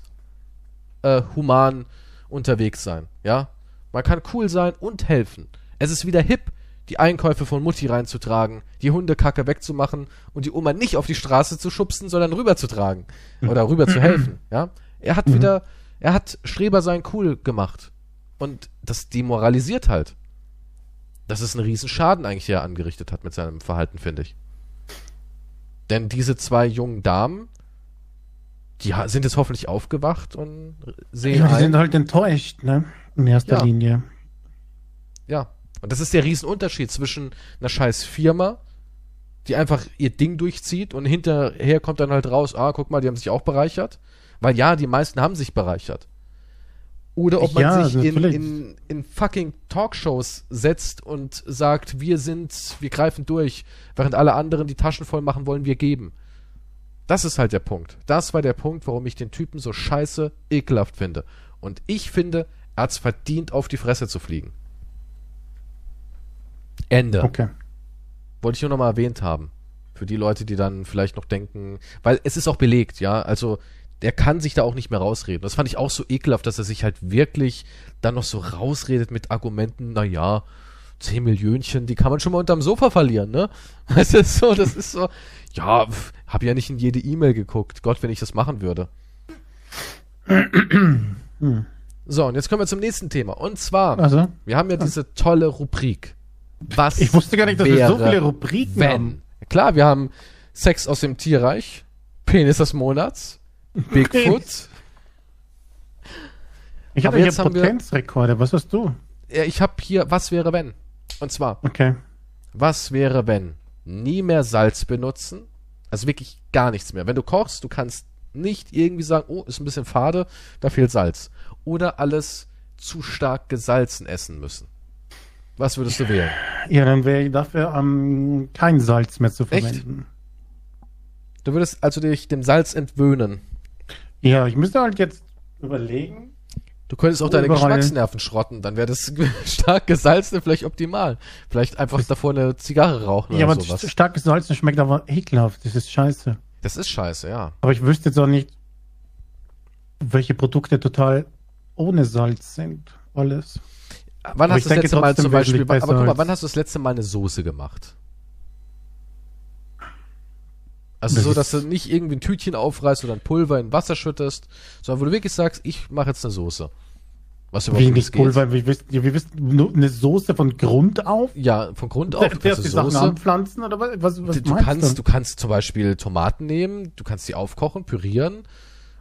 A: äh, human unterwegs sein, ja? Man kann cool sein und helfen. Es ist wieder hip, die Einkäufe von Mutti reinzutragen, die Hundekacke wegzumachen und die Oma nicht auf die Straße zu schubsen, sondern rüberzutragen oder rüber zu helfen, ja? Er hat wieder er hat Streber sein cool gemacht Und das demoralisiert halt. Das ist ein Riesenschaden eigentlich, der er angerichtet hat mit seinem Verhalten, finde ich. Denn diese zwei jungen Damen, die ha- sind jetzt hoffentlich aufgewacht und sehen
B: Ja, die
A: ein.
B: sind halt enttäuscht, ne? In erster
A: Ja.
B: Linie.
A: Ja. Und das ist der Riesenunterschied zwischen einer scheiß Firma, die einfach ihr Ding durchzieht und hinterher kommt dann halt raus, ah, guck mal, die haben sich auch bereichert. Weil ja, die meisten haben sich bereichert. Oder ob man
B: Ja,
A: sich in,
B: natürlich.
A: in, in fucking Talkshows setzt und sagt, wir sind, wir greifen durch, während alle anderen die Taschen voll machen wollen, wir geben. Das ist halt der Punkt. Das war der Punkt, warum ich den Typen so scheiße ekelhaft finde. Und ich finde, er hat's verdient, auf die Fresse zu fliegen. Ende.
B: Okay.
A: Wollte ich nur nochmal erwähnt haben. Für die Leute, die dann vielleicht noch denken, weil es ist auch belegt, ja. Also, der kann sich da auch nicht mehr rausreden. Das fand ich auch so ekelhaft, dass er sich halt wirklich dann noch so rausredet mit Argumenten, naja, 10 Millionchen, die kann man schon mal unterm Sofa verlieren, ne? Das ist so, das ist so, ja, pf, hab ja nicht in jede E-Mail geguckt. Gott, wenn ich das machen würde. So, und jetzt kommen wir zum nächsten Thema. Und zwar,
B: Also,
A: wir haben ja diese tolle Rubrik. Was
B: ich wusste gar nicht, dass wir so
A: wäre,
B: viele Rubriken haben.
A: wenn. Klar, wir haben Sex aus dem Tierreich, Penis des Monats, Bigfoot.
B: Ich
A: Aber
B: hatte hier
A: jetzt haben wir-
B: Potenzrekorde. Was hast du?
A: Ja, ich habe hier, was wäre wenn? Und zwar,
B: Okay.
A: was wäre wenn? Nie mehr Salz benutzen, also wirklich gar nichts mehr. Wenn du kochst, du kannst nicht irgendwie sagen, oh, ist ein bisschen fade, da fehlt Salz. Oder alles zu stark gesalzen essen müssen. Was würdest du wählen?
B: Ja, dann wäre ich dafür ähm, kein Salz mehr zu verwenden.
A: Du würdest also dich dem Salz entwöhnen.
B: Ja, ich müsste halt jetzt überlegen.
A: Du könntest auch
B: Oh,
A: deine
B: überall.
A: Geschmacksnerven schrotten, dann wäre das stark gesalzene vielleicht optimal. Vielleicht einfach davor eine Zigarre rauchen
B: ja,
A: oder
B: aber
A: sowas.
B: starkes Salz das schmeckt aber ekelhaft. Das ist scheiße.
A: Das ist scheiße, ja.
B: Aber ich wüsste jetzt auch nicht, welche Produkte total ohne Salz sind. Alles.
A: Wann
B: Aber ich
A: hast du das
B: denke
A: letzte Mal
B: trotzdem
A: zum Beispiel,
B: wesentlich
A: aber
B: besser
A: guck mal,
B: als-
A: wann hast du das letzte Mal eine Soße gemacht? Also
B: Das
A: so,
B: ist-
A: dass du nicht irgendwie ein Tütchen aufreißt oder ein Pulver in Wasser schüttest, sondern wo du wirklich sagst, ich mache jetzt eine Soße. Was überhaupt
B: Wenig
A: nicht geht.
B: Pulver. Wir wissen, wir wissen nur eine Soße von Grund auf.
A: Ja, von Grund auf.
B: Auf,
A: Du
B: Erst die
A: kannst eine
B: Sachen
A: Soße,
B: anpflanzen oder was? was, was
A: du, du
B: meinst
A: kannst, du kannst zum Beispiel Tomaten nehmen, du kannst die aufkochen, pürieren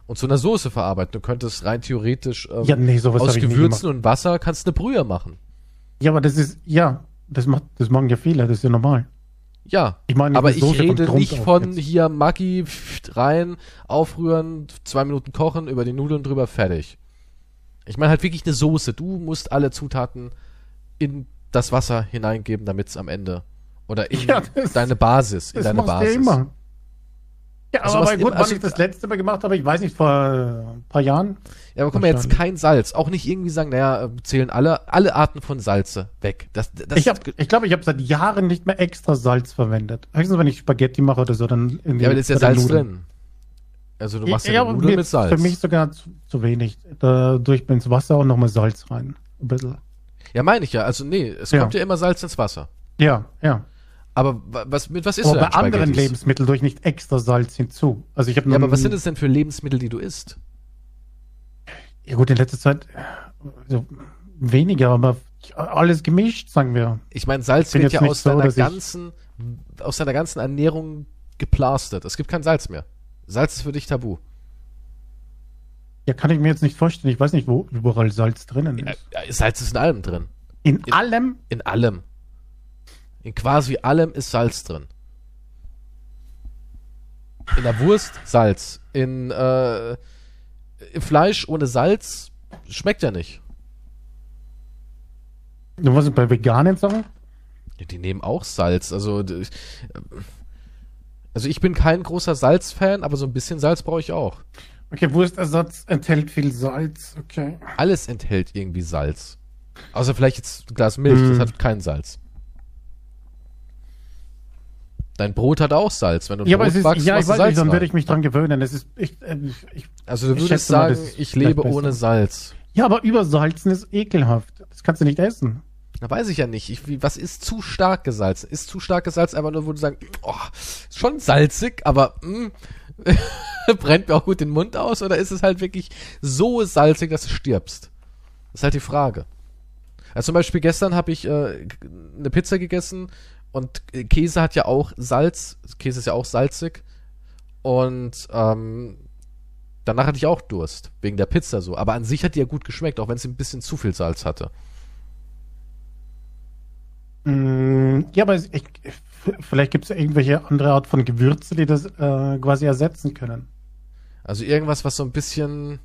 A: und zu einer Soße verarbeiten. Du könntest rein theoretisch ähm,
B: Ja, nee, sowas
A: aus
B: habe ich nie
A: Gewürzen und Wasser kannst eine Brühe machen.
B: Ja, aber das ist, ja, das, macht, das machen ja viele, das ist ja normal.
A: Ja,
B: Ich meine,
A: aber
B: eine
A: ich
B: Soße von
A: rede
B: Grund
A: nicht
B: auf
A: von
B: jetzt.
A: hier Maggi pff, rein, aufrühren, zwei Minuten kochen, über die Nudeln drüber, fertig. Ich meine halt wirklich eine Soße. Du musst alle Zutaten in das Wasser hineingeben, damit es am Ende oder in
B: Ja, das-
A: deine Basis, in
B: Das
A: deine
B: machst du
A: Basis.
B: ja immer. Ja,
A: Also
B: aber
A: was
B: gut,
A: immer-
B: wann
A: also-
B: ich das letzte Mal gemacht habe, ich weiß nicht, vor äh, ein paar Jahren.
A: Ja, aber guck mal, jetzt
B: Wahrscheinlich.
A: kein Salz. Auch nicht irgendwie sagen, naja, äh, zählen alle, alle Arten von Salze weg. Das, das
B: ich glaube, ich, glaub, ich habe seit Jahren nicht mehr extra Salz verwendet. Höchstens, wenn ich Spaghetti mache oder so, dann irgendwie.
A: ja, aber da ist ja
B: bei den
A: Salz
B: Nudeln.
A: drin. Also du machst ja,
B: aber
A: die Nudeln
B: mir-
A: mit Salz.
B: Für mich sogar zu, zu wenig. Dadurch bin ins Wasser und nochmal Salz rein. Ein bisschen.
A: ja, meine ich ja. Also nee, es
B: Ja.
A: kommt ja immer Salz ins Wasser.
B: Ja, ja.
A: Aber wa- was, mit was isst
B: Aber
A: du
B: bei
A: denn
B: anderen
A: Spaghettis?
B: Lebensmitteln durch nicht extra Salz hinzu. Also ich habe
A: Ja, aber was sind es denn für Lebensmittel, die du isst?
B: Ja gut, in letzter Zeit äh, so weniger, aber alles gemischt, sagen wir.
A: Ich meine, Salz
B: Ich bin
A: wird ja
B: jetzt nicht
A: aus
B: so,
A: deiner
B: dass ich-
A: ganzen, aus deiner ganzen Ernährung geplastert. Es gibt kein Salz mehr. Salz ist für dich tabu.
B: Ja, kann ich mir jetzt nicht vorstellen. Ich weiß nicht, wo überall Salz drinnen
A: Ja,
B: ist.
A: ja, Äh, Salz ist in allem drin.
B: In allem?
A: In allem. In quasi allem ist Salz drin. In der Wurst Salz. In äh, im Fleisch ohne Salz schmeckt ja nicht.
B: Du musst bei veganen Sachen?
A: Die nehmen auch Salz. Also, d- ich- also ich bin kein großer Salz-Fan, aber so ein bisschen Salz brauche ich auch.
B: Okay, Wurstersatz enthält viel Salz. Okay.
A: Alles enthält irgendwie Salz. Außer vielleicht jetzt ein Glas Milch, das
B: Mm.
A: hat kein Salz. Dein Brot hat auch Salz. Wenn du ein
B: Ja, aber
A: Brot
B: es ist,
A: backst,
B: ja, ich
A: machst du
B: weiß nicht, dann
A: rein.
B: werde ich mich dran gewöhnen. Es ist, ich, äh, ich,
A: Also du
B: Ich
A: würdest
B: schätze mal,
A: sagen,
B: das ist
A: ich
B: vielleicht
A: lebe
B: besser.
A: ohne Salz.
B: ja, aber übersalzen ist ekelhaft. Das kannst du nicht essen.
A: Da weiß ich ja nicht. Ich, wie, was ist zu stark gesalzen? Ist zu stark gesalzen einfach nur, wo du sagst, oh, ist schon salzig, aber mm, brennt mir auch gut den Mund aus? Oder ist es halt wirklich so salzig, dass du stirbst? Das ist halt die Frage. Also zum Beispiel gestern habe ich äh, eine Pizza gegessen und äh, Käse hat ja auch Salz. Käse ist ja auch salzig. Und ähm, danach hatte ich auch Durst, wegen der Pizza so. Aber an sich hat die ja gut geschmeckt, auch wenn sie ein bisschen zu viel Salz hatte.
B: Mm, Ja, aber es- ich, vielleicht gibt es irgendwelche andere Art von Gewürze, die das äh, quasi ersetzen können.
A: Also irgendwas, was so ein bisschen.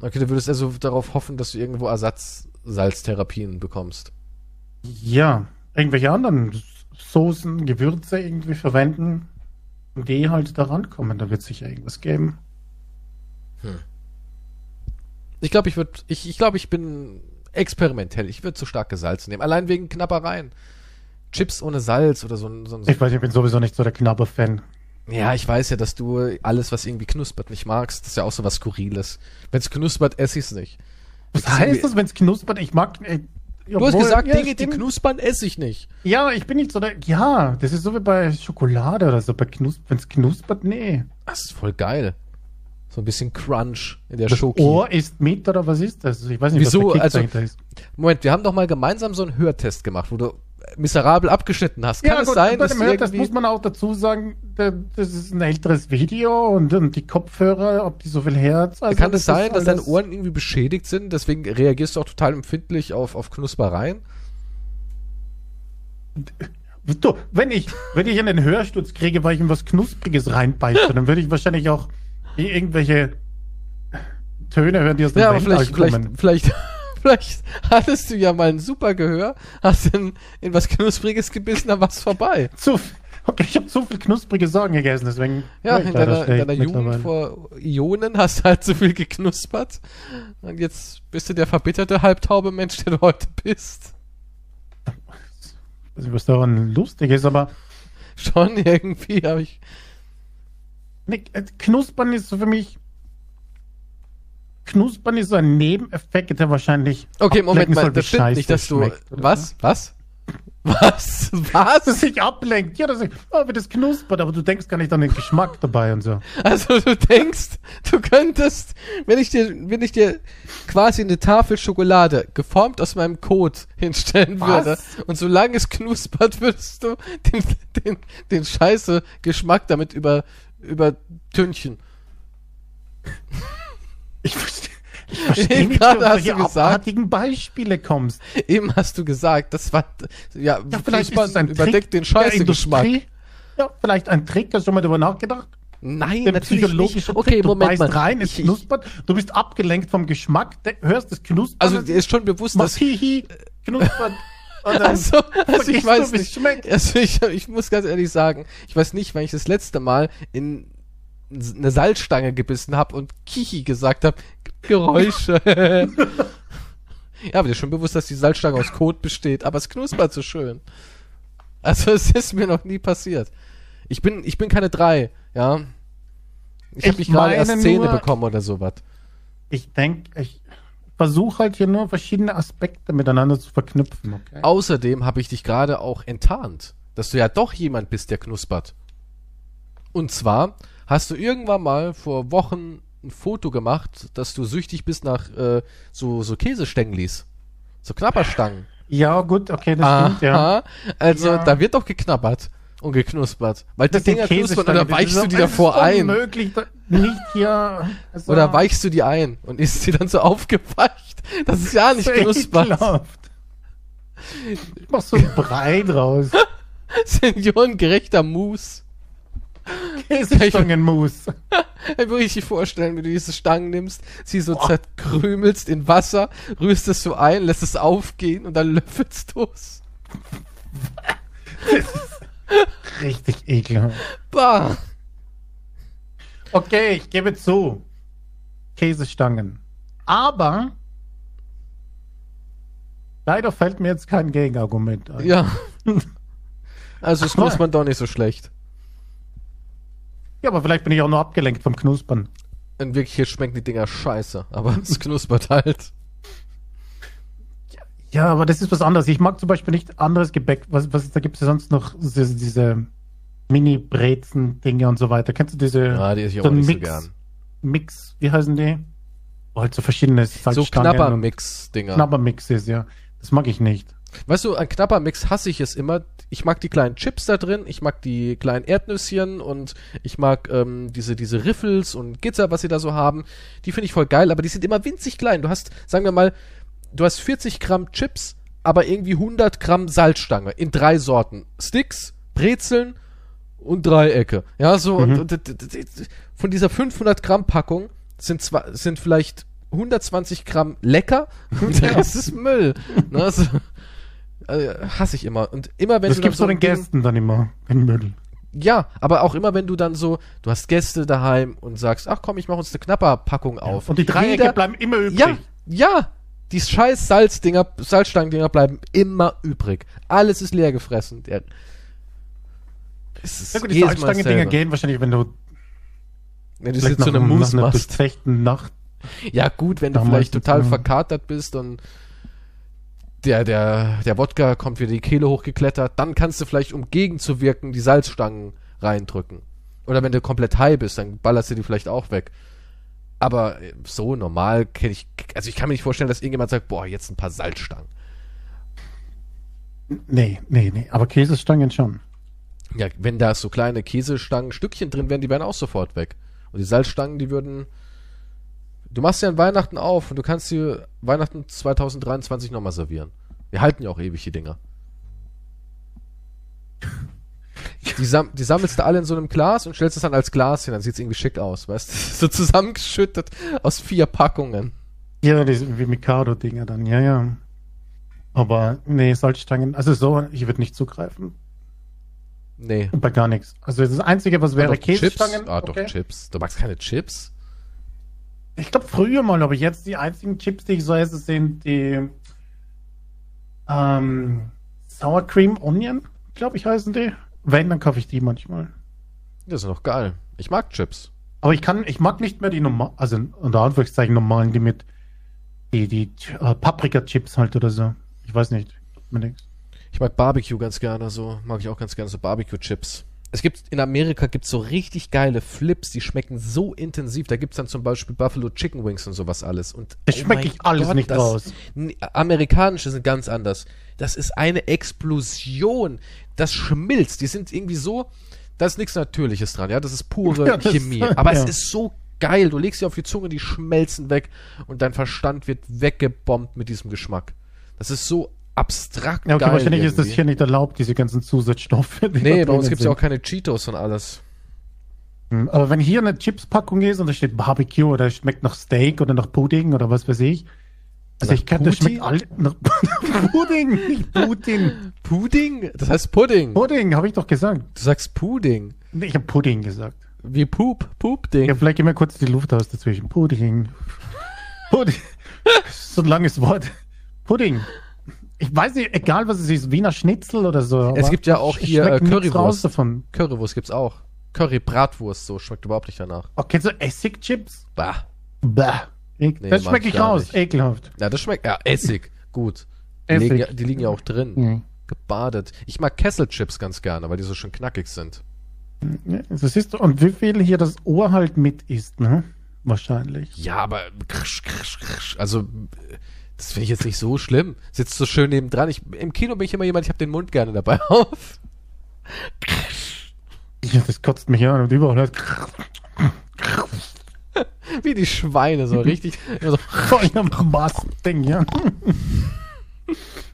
A: Okay, du würdest also darauf hoffen, dass du irgendwo Ersatzsalztherapien bekommst.
B: Ja, irgendwelche anderen Soßen, Gewürze irgendwie verwenden, die halt da rankommen. Da wird sicher irgendwas geben.
A: Ich glaube, ich würde, ich, ich glaube, ich bin experimentell. Ich würde zu stark gesalzen nehmen. Allein wegen Knappereien. Chips ohne Salz oder so. ein- so, ein- so.
B: Ich weiß, ich bin sowieso nicht so der Knabber-Fan.
A: Ja, ich weiß ja, dass du alles, was irgendwie knuspert, nicht magst. Das ist ja auch so was Skurriles. Wenn es knuspert, esse ich es nicht. Das
B: Was
A: ist
B: heißt
A: irgendwie-
B: das, wenn es knuspert? Ich mag. Äh,
A: Du hast gesagt, Dinge, die
B: knuspern.
A: knuspern, esse ich nicht.
B: Ja, ich bin nicht so der. Ja, das ist so wie bei Schokolade oder so. Bei Knus wenn es knuspert, nee.
A: Das ist voll geil. So ein bisschen Crunch in der
B: Das
A: Schoki.
B: Ohr ist mit oder was ist das? Ich weiß nicht,
A: Wieso?
B: was der Kick
A: Also-
B: dahinter ist.
A: Moment, wir haben doch mal gemeinsam so einen Hörtest gemacht, wo du äh, miserabel abgeschnitten hast. Kann es sein,
B: bei
A: dass
B: dem
A: du
B: Hörtest
A: irgendwie...
B: muss man auch dazu sagen, da- das ist ein älteres Video und, und die Kopfhörer, ob die so viel Herz. Also
A: kann es sein,
B: ist
A: dass deine
B: alles-
A: Ohren irgendwie beschädigt sind? Deswegen reagierst du auch total empfindlich auf, auf Knuspereien?
B: Du, wenn ich, wenn ich einen Hörsturz kriege, weil ich ihm was Knuspriges reinbeiße, dann würde ich wahrscheinlich auch i- irgendwelche Töne hören, die aus dem
A: Ja, aber
B: Weltall
A: vielleicht, vielleicht,
B: kommen.
A: vielleicht, vielleicht hattest du ja mal ein super Gehör, hast in, in was Knuspriges gebissen, dann war's vorbei.
B: Zu, viel- okay, ich habe zu viel knusprige Sorgen gegessen, deswegen.
A: Ja,
B: höre ich
A: in
B: leider
A: deiner, in
B: schlecht
A: deiner Jugend
B: mittlerweile.
A: vor Ionen hast du halt zu viel geknuspert. Und jetzt bist du der verbitterte, halbtaube Mensch, der du heute bist.
B: Ich weiß nicht, was daran lustig ist, aber
A: Schon irgendwie habe ich...
B: nee, äh, Knuspern ist so für mich. Knuspern ist so ein Nebeneffekt, der wahrscheinlich.
A: Okay,
B: ablenken
A: Moment mal,
B: soll, wie
A: das stimmt
B: scheiße
A: nicht, dass
B: es
A: du.
B: schmeckt, oder
A: was? Was? Was?
B: Dass es
A: Was?
B: sich ablenkt. Ja, dass ich, oh, wird es knuspert, aber du denkst gar nicht an den Geschmack dabei und so.
A: Also du denkst, du könntest, wenn ich dir, wenn ich dir quasi eine Tafel Schokolade geformt aus meinem Kot hinstellen
B: Was?
A: würde und solange es knuspert, würdest du den, den, den scheiße Geschmack damit über, übertünchen.
B: Ich verstehe. Ich
A: Eben
B: verstehe nicht,
A: gerade
B: wie du auf
A: hast du
B: solche
A: gesagt-
B: abartigen Beispiele kommst.
A: Eben hast du gesagt, das war ja,
B: Ja, vielleicht ist
A: Knuspern
B: es ein
A: überdeckt
B: Trick
A: den
B: der
A: scheiße Geschmack.
B: Industrie. Ja, vielleicht ein Trick, hast du schon mal drüber nachgedacht?
A: Nein,
B: Dem
A: natürlich nicht.
B: psychologischen
A: Okay,
B: Trick, du
A: Moment
B: beißt
A: mal.
B: rein, es
A: Ich- ich-
B: knuspert, du bist abgelenkt vom Geschmack, de- hörst es knuspern.
A: also
B: und
A: dir ist schon bewusst, dass
B: machst hihi, knuspert. und dann
A: Also, also ich
B: vergisst
A: weiß
B: du, wie es
A: nicht.
B: schmeckt.
A: Also ich, ich muss ganz ehrlich sagen, ich weiß nicht, wann ich das letzte Mal in eine Salzstange gebissen habe und Kichi gesagt habe, Geräusche. ja, aber dir ist schon bewusst, dass die Salzstange aus Kot besteht, aber es knuspert so schön. Also es ist mir noch nie passiert. Ich bin, ich bin keine drei, ja. Ich
B: Ich
A: habe nicht gerade erst
B: meine
A: Zähne
B: nur-
A: bekommen oder sowas.
B: Ich denke, ich versuche halt hier nur verschiedene Aspekte miteinander zu verknüpfen. Okay?
A: Außerdem habe ich dich gerade auch enttarnt, dass du ja doch jemand bist, der knuspert. Und zwar hast du irgendwann mal vor Wochen ein Foto gemacht, dass du süchtig bist nach äh, so, so Käsestängelis. So Knapperstangen.
B: Ja, gut, okay, das stimmt, ja.
A: Aha. Also
B: Ja.
A: da wird doch geknabbert und geknuspert. Weil die Dinger knuspern oder weichst du die davor ein.
B: Unmöglich, da, nicht hier. Also,
A: Oder weichst du die ein und isst sie dann so aufgeweicht. Das ist ja nicht
B: so
A: knuspert.
B: ekelhaft. Ich mach so einen Brei draus.
A: Seniorengerechter Mousse.
B: Käsestangenmus.
A: Dann würde ich dir vorstellen, wie du diese Stangen nimmst, sie so zerkrümelst in Wasser, rührst es so ein, lässt es aufgehen und dann löffelst du es.
B: Richtig ekelhaft.
A: Bah!
B: Okay, ich gebe zu. Käsestangen. Aber. Leider fällt mir jetzt kein Gegenargument ein.
A: Ja. Also, es muss man doch nicht so schlecht.
B: Ja, aber vielleicht bin ich auch nur abgelenkt vom Knuspern.
A: In Wirklichkeit schmecken die Dinger scheiße, aber es knuspert halt.
B: Ja, aber das ist was anderes. Ich mag zum Beispiel nicht anderes Gebäck. Was, was da gibt es sonst noch? Diese, diese Mini-Brezen-Dinge und so weiter. Kennst du diese
A: Ja, die esse ich
B: so
A: auch
B: ein
A: nicht so
B: Mix-
A: gern.
B: Mix? Wie heißen die? halt so verschiedene
A: So Knabbermix-Dinger.
B: Knabbermix ist, ja. Das mag ich nicht.
A: Weißt du, an Knabbermix hasse ich es immer. Ich mag die kleinen Chips da drin, ich mag die kleinen Erdnüsschen und ich mag ähm, diese, diese Riffels und Gitter, was sie da so haben. Die finde ich voll geil, aber die sind immer winzig klein. Du hast, sagen wir mal, du hast 40 Gramm Chips, aber irgendwie 100 Gramm Salzstange in drei Sorten. Sticks, Brezeln und Dreiecke. Ja, so.
B: Mhm.
A: Und, und, und, und, von dieser 500 Gramm Packung sind, zwar, sind vielleicht 120 Gramm lecker und der Rest ist Müll. Ne, so. Also, hasse ich immer. Und immer wenn
B: das
A: du dann
B: gibt's so den
A: ein Ding-
B: Gästen dann immer. Den Müll.
A: Ja, aber auch immer wenn du dann so, du hast Gäste daheim und sagst, ach komm, ich mache uns eine Knapperpackung auf.
B: Und die Dreiecke
A: Jeder-
B: bleiben immer übrig.
A: Ja, ja. Die scheiß Salzdinger, Salzstangendinger bleiben immer übrig. Alles ist leer gefressen. Der, es ist
B: Ja gut, die
A: jedes Mal
B: Salzstangen-Dinger
A: dasselbe.
B: gehen wahrscheinlich, wenn du
A: Wenn du
B: vielleicht
A: jetzt so eine
B: einem-
A: Mousse
B: einer
A: machst.
B: durchzechten Nacht
A: Ja, gut, wenn du
B: Da
A: vielleicht
B: meistens,
A: total
B: ja.
A: verkatert bist und der, der, der Wodka kommt wieder die Kehle hochgeklettert, dann kannst du vielleicht, um gegenzuwirken, die Salzstangen reindrücken. Oder wenn du komplett high bist, dann ballerst du die vielleicht auch weg. Aber äh, so normal kenne ich, also ich kann mir nicht vorstellen, dass irgendjemand sagt, boah, jetzt ein paar Salzstangen.
B: Nee, nee, nee. Aber Käsestangen schon.
A: Ja, wenn da so kleine Käsestangen, Stückchen drin wären, die wären auch sofort weg. Und die Salzstangen, die würden. Du machst ja an Weihnachten auf und du kannst die Weihnachten 2023 nochmal servieren. Wir halten ja auch ewig die Dinger. Die, sam die sammelst du alle in so einem Glas und stellst es dann als Glas hin, dann sieht's irgendwie schick aus, weißt du? So zusammengeschüttet aus vier Packungen.
B: Ja, die wie Mikado-Dinger dann, ja, ja. Aber nee, Salzstangen, also so, ich würde nicht zugreifen.
A: Nee.
B: Bei gar nichts. Also das Einzige, was wäre
A: Ah, doch, Chips?
B: Käsestangen.
A: Ah,
B: okay.
A: doch, Chips. Du magst keine Chips?
B: Ich glaube früher mal, aber jetzt die einzigen Chips, die ich so esse, sind die ähm, Sour Cream Onion, glaube ich, heißen die. Wenn, dann kaufe ich die manchmal.
A: Das ist noch geil. Ich mag Chips.
B: Aber ich kann, ich mag nicht mehr die normal, also unter Anführungszeichen normalen, die mit die, die äh, Paprika-Chips halt oder so. Ich weiß nicht. Sagt Mir nichts.
A: Ich mag Barbecue ganz gerne so. Mag ich auch ganz gerne so Barbecue-Chips. Es gibt, in Amerika gibt's so richtig geile Flips, die schmecken so intensiv. Da gibt's dann zum Beispiel Buffalo Chicken Wings und sowas alles. Und oh
B: Das schmecke
A: mein
B: ich alles nicht
A: das,
B: raus.
A: N- Amerikanische sind ganz anders. Das ist eine Explosion. Das schmilzt. Die sind irgendwie so, da ist nichts Natürliches dran. Ja, das ist pure
B: Ja, das-
A: Chemie. Aber
B: ja.
A: es ist so geil. Du legst sie auf die Zunge, die schmelzen weg und dein Verstand wird weggebombt mit diesem Geschmack. Das ist so abstrakt
B: Ja, okay,
A: geil.
B: wahrscheinlich ist das
A: irgendwie.
B: hier nicht erlaubt, diese ganzen Zusatzstoffe. Die
A: Nee, bei
B: da
A: uns
B: drinnen
A: gibt's ja auch
B: sind.
A: keine Cheetos und alles.
B: Hm, Aber wenn hier eine Chips-Packung ist und da steht Barbecue oder schmeckt nach Steak oder nach Pudding oder was weiß ich. Also
A: Nach
B: ich kann, das
A: Putin?
B: schmeckt alle nach Pudding, nicht Putin.
A: Pudding? Das heißt Pudding.
B: Pudding, habe ich doch gesagt.
A: Du sagst Pudding.
B: Nee, Ich habe Pudding gesagt.
A: Wie Pup, Pup-Ding.
B: Ja, vielleicht gehen wir kurz die Luft aus dazwischen. Pudding. Pudding. so ein langes Wort. Pudding. Ich weiß nicht, egal was es ist, Wiener Schnitzel oder so.
A: Es
B: aber
A: gibt ja auch
B: ich
A: hier,
B: schmeck
A: äh,
B: nichts
A: Currywurst.
B: Raus davon.
A: Currywurst gibt's auch. Curry-Bratwurst, so schmeckt überhaupt nicht danach.
B: Oh, kennst du Essigchips?
A: Bah.
B: Bäh. Ich,
A: Nee,
B: das
A: mag
B: schmecke
A: ich
B: ich
A: gar
B: raus.
A: nicht.
B: Ekelhaft.
A: Ja, das schmeckt. Ja, Essig. Gut. Die
B: Essig.
A: liegen, ja, die liegen ja auch drin.
B: Mhm.
A: Gebadet. Ich mag Kesselchips ganz gerne, weil die so schön knackig sind.
B: Ja, Das ist, und wie viel hier das Ohr halt mit ist, ne? Wahrscheinlich.
A: Ja, aber krisch, krisch, krisch. also äh, das finde ich jetzt nicht so schlimm. Sitzt so schön nebendran. Ich, Im Kino bin ich immer jemand, ich habe den Mund gerne dabei auf.
B: Ja, das kotzt mich an und überall halt.
A: Wie die Schweine, so richtig. Immer so.
B: Voll am Mastding, ja.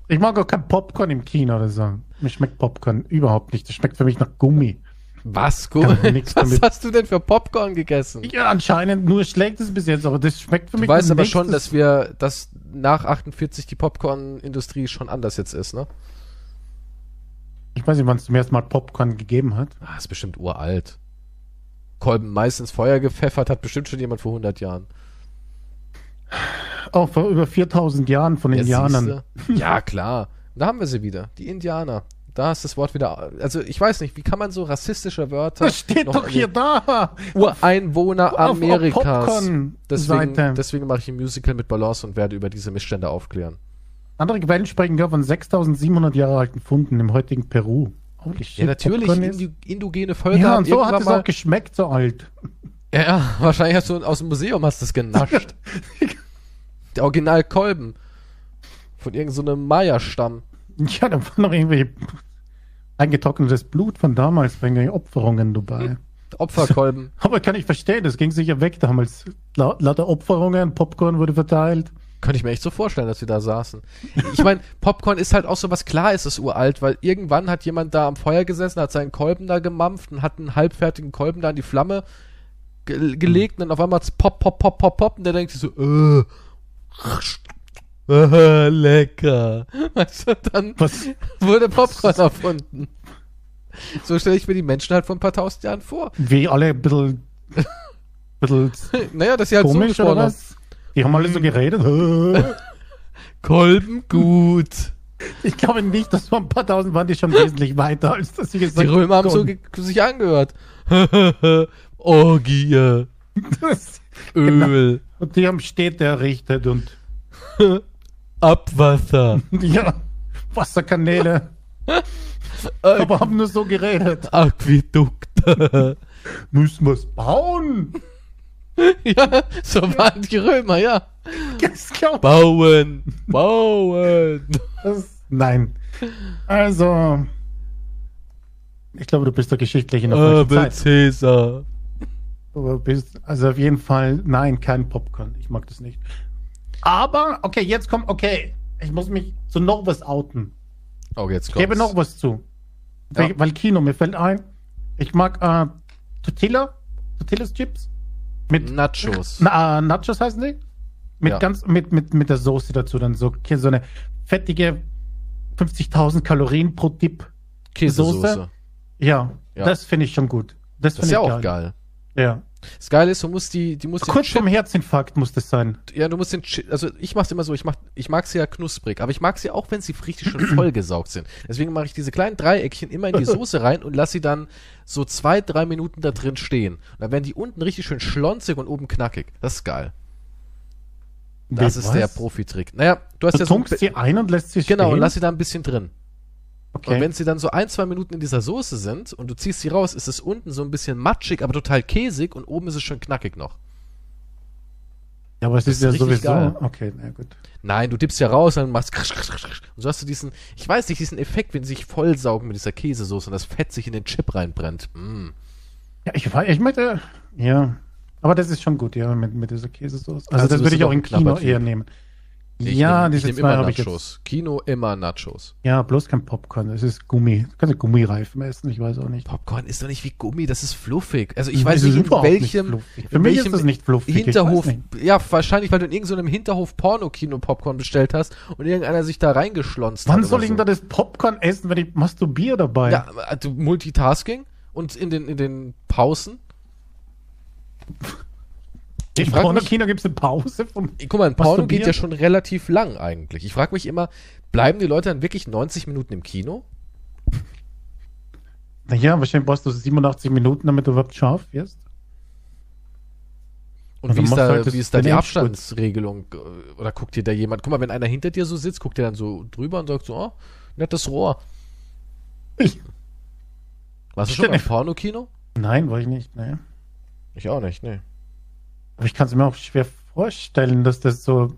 B: Ich mag auch kein Popcorn im Kino oder so. Mir schmeckt Popcorn überhaupt nicht. Das schmeckt für mich nach Gummi.
A: Was, gut.
B: Kann man nix
A: Was
B: damit-
A: hast du denn für Popcorn gegessen?
B: Ja, anscheinend nur schlechtes bis jetzt, aber das schmeckt für
A: Du
B: mich
A: weißt aber
B: nichts.
A: schon, dass wir, dass nach 48 die Popcorn-Industrie schon anders jetzt ist, ne?
B: Ich weiß nicht, wann es zum ersten Mal Popcorn gegeben hat.
A: Ah, ist bestimmt uralt. Kolben Mais ins Feuer gepfeffert hat bestimmt schon jemand vor 100 Jahren.
B: Auch vor über 4000 Jahren von
A: Ja,
B: Indianern.
A: siehste. Ja, klar. Da haben wir sie wieder. Die Indianer. Da ist das Wort wieder. Also, ich weiß nicht, wie kann man so rassistische Wörter.
B: Das steht
A: noch
B: doch
A: in
B: hier
A: den
B: da.
A: Ureinwohner
B: auf
A: Amerikas.
B: Popcorn-Seite.
A: Deswegen, deswegen mache ich ein Musical mit Balance und werde über diese Missstände aufklären.
B: Andere Quellen sprechen gar von 6700 Jahre alten Funden im heutigen Peru. Holy shit,
A: Ja, natürlich.
B: Popcorn ist-
A: Indu indogene Völker
B: Ja,
A: haben
B: und so hat
A: irgendwann
B: es
A: mal.
B: auch geschmeckt, so alt.
A: Ja, ja, wahrscheinlich hast du aus dem Museum hast du es genascht. Der Original Kolben. Von irgendeinem so Maya-Stamm.
B: Ja, da war noch irgendwie eingetrocknetes Blut von damals bei den
A: Hm.
B: Opferungen dabei.
A: Opferkolben.
B: Aber kann ich verstehen, das ging sicher weg damals. La lauter Opferungen, Popcorn wurde verteilt.
A: Könnte ich mir echt so vorstellen, dass wir da saßen. Ich meine, Popcorn ist halt auch so was klar, ist es uralt, weil irgendwann hat jemand da am Feuer gesessen, hat seinen Kolben da gemampft und hat einen halbfertigen Kolben da in die Flamme ge gelegt
B: Mhm.
A: und dann auf einmal pop, pop, pop, pop, pop und der denkt sich so, äh, äh, lecker. Weißt du, dann
B: Was?
A: wurde Popcorn erfunden. So stelle ich mir die Menschen halt vor ein paar tausend Jahren vor.
B: Wie alle ein bisschen, bisschen
A: Naja, dass sie halt
B: komisch
A: so
B: oder
A: gesprochen
B: was? Die haben alle
A: Hm.
B: so geredet.
A: haben. Kolben gut.
B: Ich glaube nicht, dass vor ein paar tausend waren die schon wesentlich weiter, als dass sie
A: Die
B: gesagt
A: Römer haben so ge- sich angehört. Orgie,
B: Das-
A: Öl,
B: Und die haben Städte errichtet und
A: Abwasser,
B: ja, Wasserkanäle,
A: Äh,
B: aber haben nur so geredet.
A: Aquädukte.
B: Müssen wir es bauen?
A: ja, so waren die Römer, ja.
B: Das glaub
A: Bauen, bauen.
B: Das, nein. Also, ich glaube, du bist da geschichtlich in der
A: Abel
B: falschen Zeit.
A: Cäsar.
B: Du bist, also auf jeden Fall, nein, kein Popcorn. Ich mag das nicht. Aber, okay, jetzt kommt, okay, ich muss mich zu noch was outen.
A: Oh, jetzt
B: Ich gebe noch was zu. Weil, weil Kino, mir fällt ein, ich mag äh, Tortilla, Tortillas Chips. Mit
A: Nachos.
B: na, äh, Nachos heißen die? Mit
A: Ja.
B: ganz, mit, mit, mit der Soße dazu, dann so, so eine fettige 50.000 Kalorien pro Dip. Soße. Ja,
A: Ja.
B: das finde ich schon gut. Das,
A: Das
B: finde
A: ist
B: ich
A: ja auch geil.
B: Ja.
A: Das Geile ist, du musst die, die musst den
B: Kurz
A: Chip,
B: vom Herzinfarkt muss das sein.
A: ja, du musst den Chip, also ich mach's immer so, ich mach, ich mag sie ja knusprig, aber ich mag sie auch, wenn sie richtig schon vollgesaugt sind. Deswegen mache ich diese kleinen Dreieckchen immer in die Soße rein und lass sie dann so zwei, drei Minuten da drin stehen. Und dann werden die unten richtig schön schlonzig und oben knackig. Das ist geil. Das
B: Wie,
A: ist
B: was?
A: der Profitrick. Naja, du hast
B: Du
A: ja so ein
B: tunkst
A: bi-
B: sie ein und lässt sie
A: Genau, und
B: stehen.
A: lass sie da ein bisschen drin. Und
B: okay.
A: wenn sie dann so ein, zwei Minuten in dieser Soße sind und du ziehst sie raus, ist es unten so ein bisschen matschig, aber total käsig und oben ist es schön knackig noch.
B: Ja, aber es
A: das
B: ist
A: ist
B: ja
A: richtig
B: sowieso.
A: geil.
B: Okay, na gut.
A: Nein, du dippst ja raus und machst krasch, krasch, krasch, krasch. und so hast du diesen, ich weiß nicht, diesen Effekt, wenn sie sich vollsaugen mit dieser Käsesoße und das Fett sich in den Chip reinbrennt. Mm.
B: Ja, ich, weiß- ich möchte. Ja. Aber das ist schon gut, ja, mit, mit dieser Käsesoße. Also,
A: Also
B: das
A: du
B: würde
A: bist
B: ich auch
A: doch
B: im
A: ein
B: Kino
A: Knappertyp.
B: eher nehmen.
A: Ich
B: ja,
A: nehm- ich
B: diese
A: nehm
B: zwei
A: immer
B: habe ich jetzt.
A: Nachos. Kino immer Nachos.
B: Ja, bloß kein Popcorn. Das ist Gummi. Du kannst ja Gummireifen essen, ich weiß auch nicht.
A: Popcorn ist doch nicht wie Gummi, das ist fluffig. Also ich
B: Das
A: weiß
B: ist
A: nicht, in
B: überhaupt nicht
A: welchem,
B: fluffig. Für
A: in
B: mich ist
A: welchem
B: das nicht fluffig, ich weiß
A: Hinterhof,
B: nicht.
A: ja, wahrscheinlich, weil du in irgendeinem Hinterhof Porno-Kino Popcorn bestellt hast und irgendeiner sich da reingeschlonzt hat.
B: Wann
A: oder
B: soll ich denn
A: so.
B: da das Popcorn essen, wenn ich masturbiere dabei?
A: Ja, aber, du Multitasking und in den, in den Pausen. ich
B: Im
A: frag mich-
B: Pornokino gibt es eine Pause vom.
A: Guck mal, ein Porno geht
B: Masturbieren?
A: ja schon relativ lang eigentlich. Ich frage mich immer, bleiben die Leute dann wirklich 90 Minuten im Kino?
B: Naja, wahrscheinlich brauchst du 87 Minuten, damit du überhaupt scharf wirst.
A: Und
B: Ja,
A: wie
B: dann
A: ist,
B: machst
A: da,
B: du halt das-
A: wie ist da
B: den
A: die
B: Endspurt.
A: Abstandsregelung? äh, Oder guckt dir da jemand? Guck mal, wenn einer hinter dir so sitzt, guckt der dann so drüber und sagt so, oh, nettes Rohr.
B: Ich-
A: Warst du schon
B: Stimmt.
A: im Pornokino?
B: Nein, war ich nicht, ne?
A: Ich auch nicht, nee.
B: Aber ich kann es mir auch schwer vorstellen, dass das so,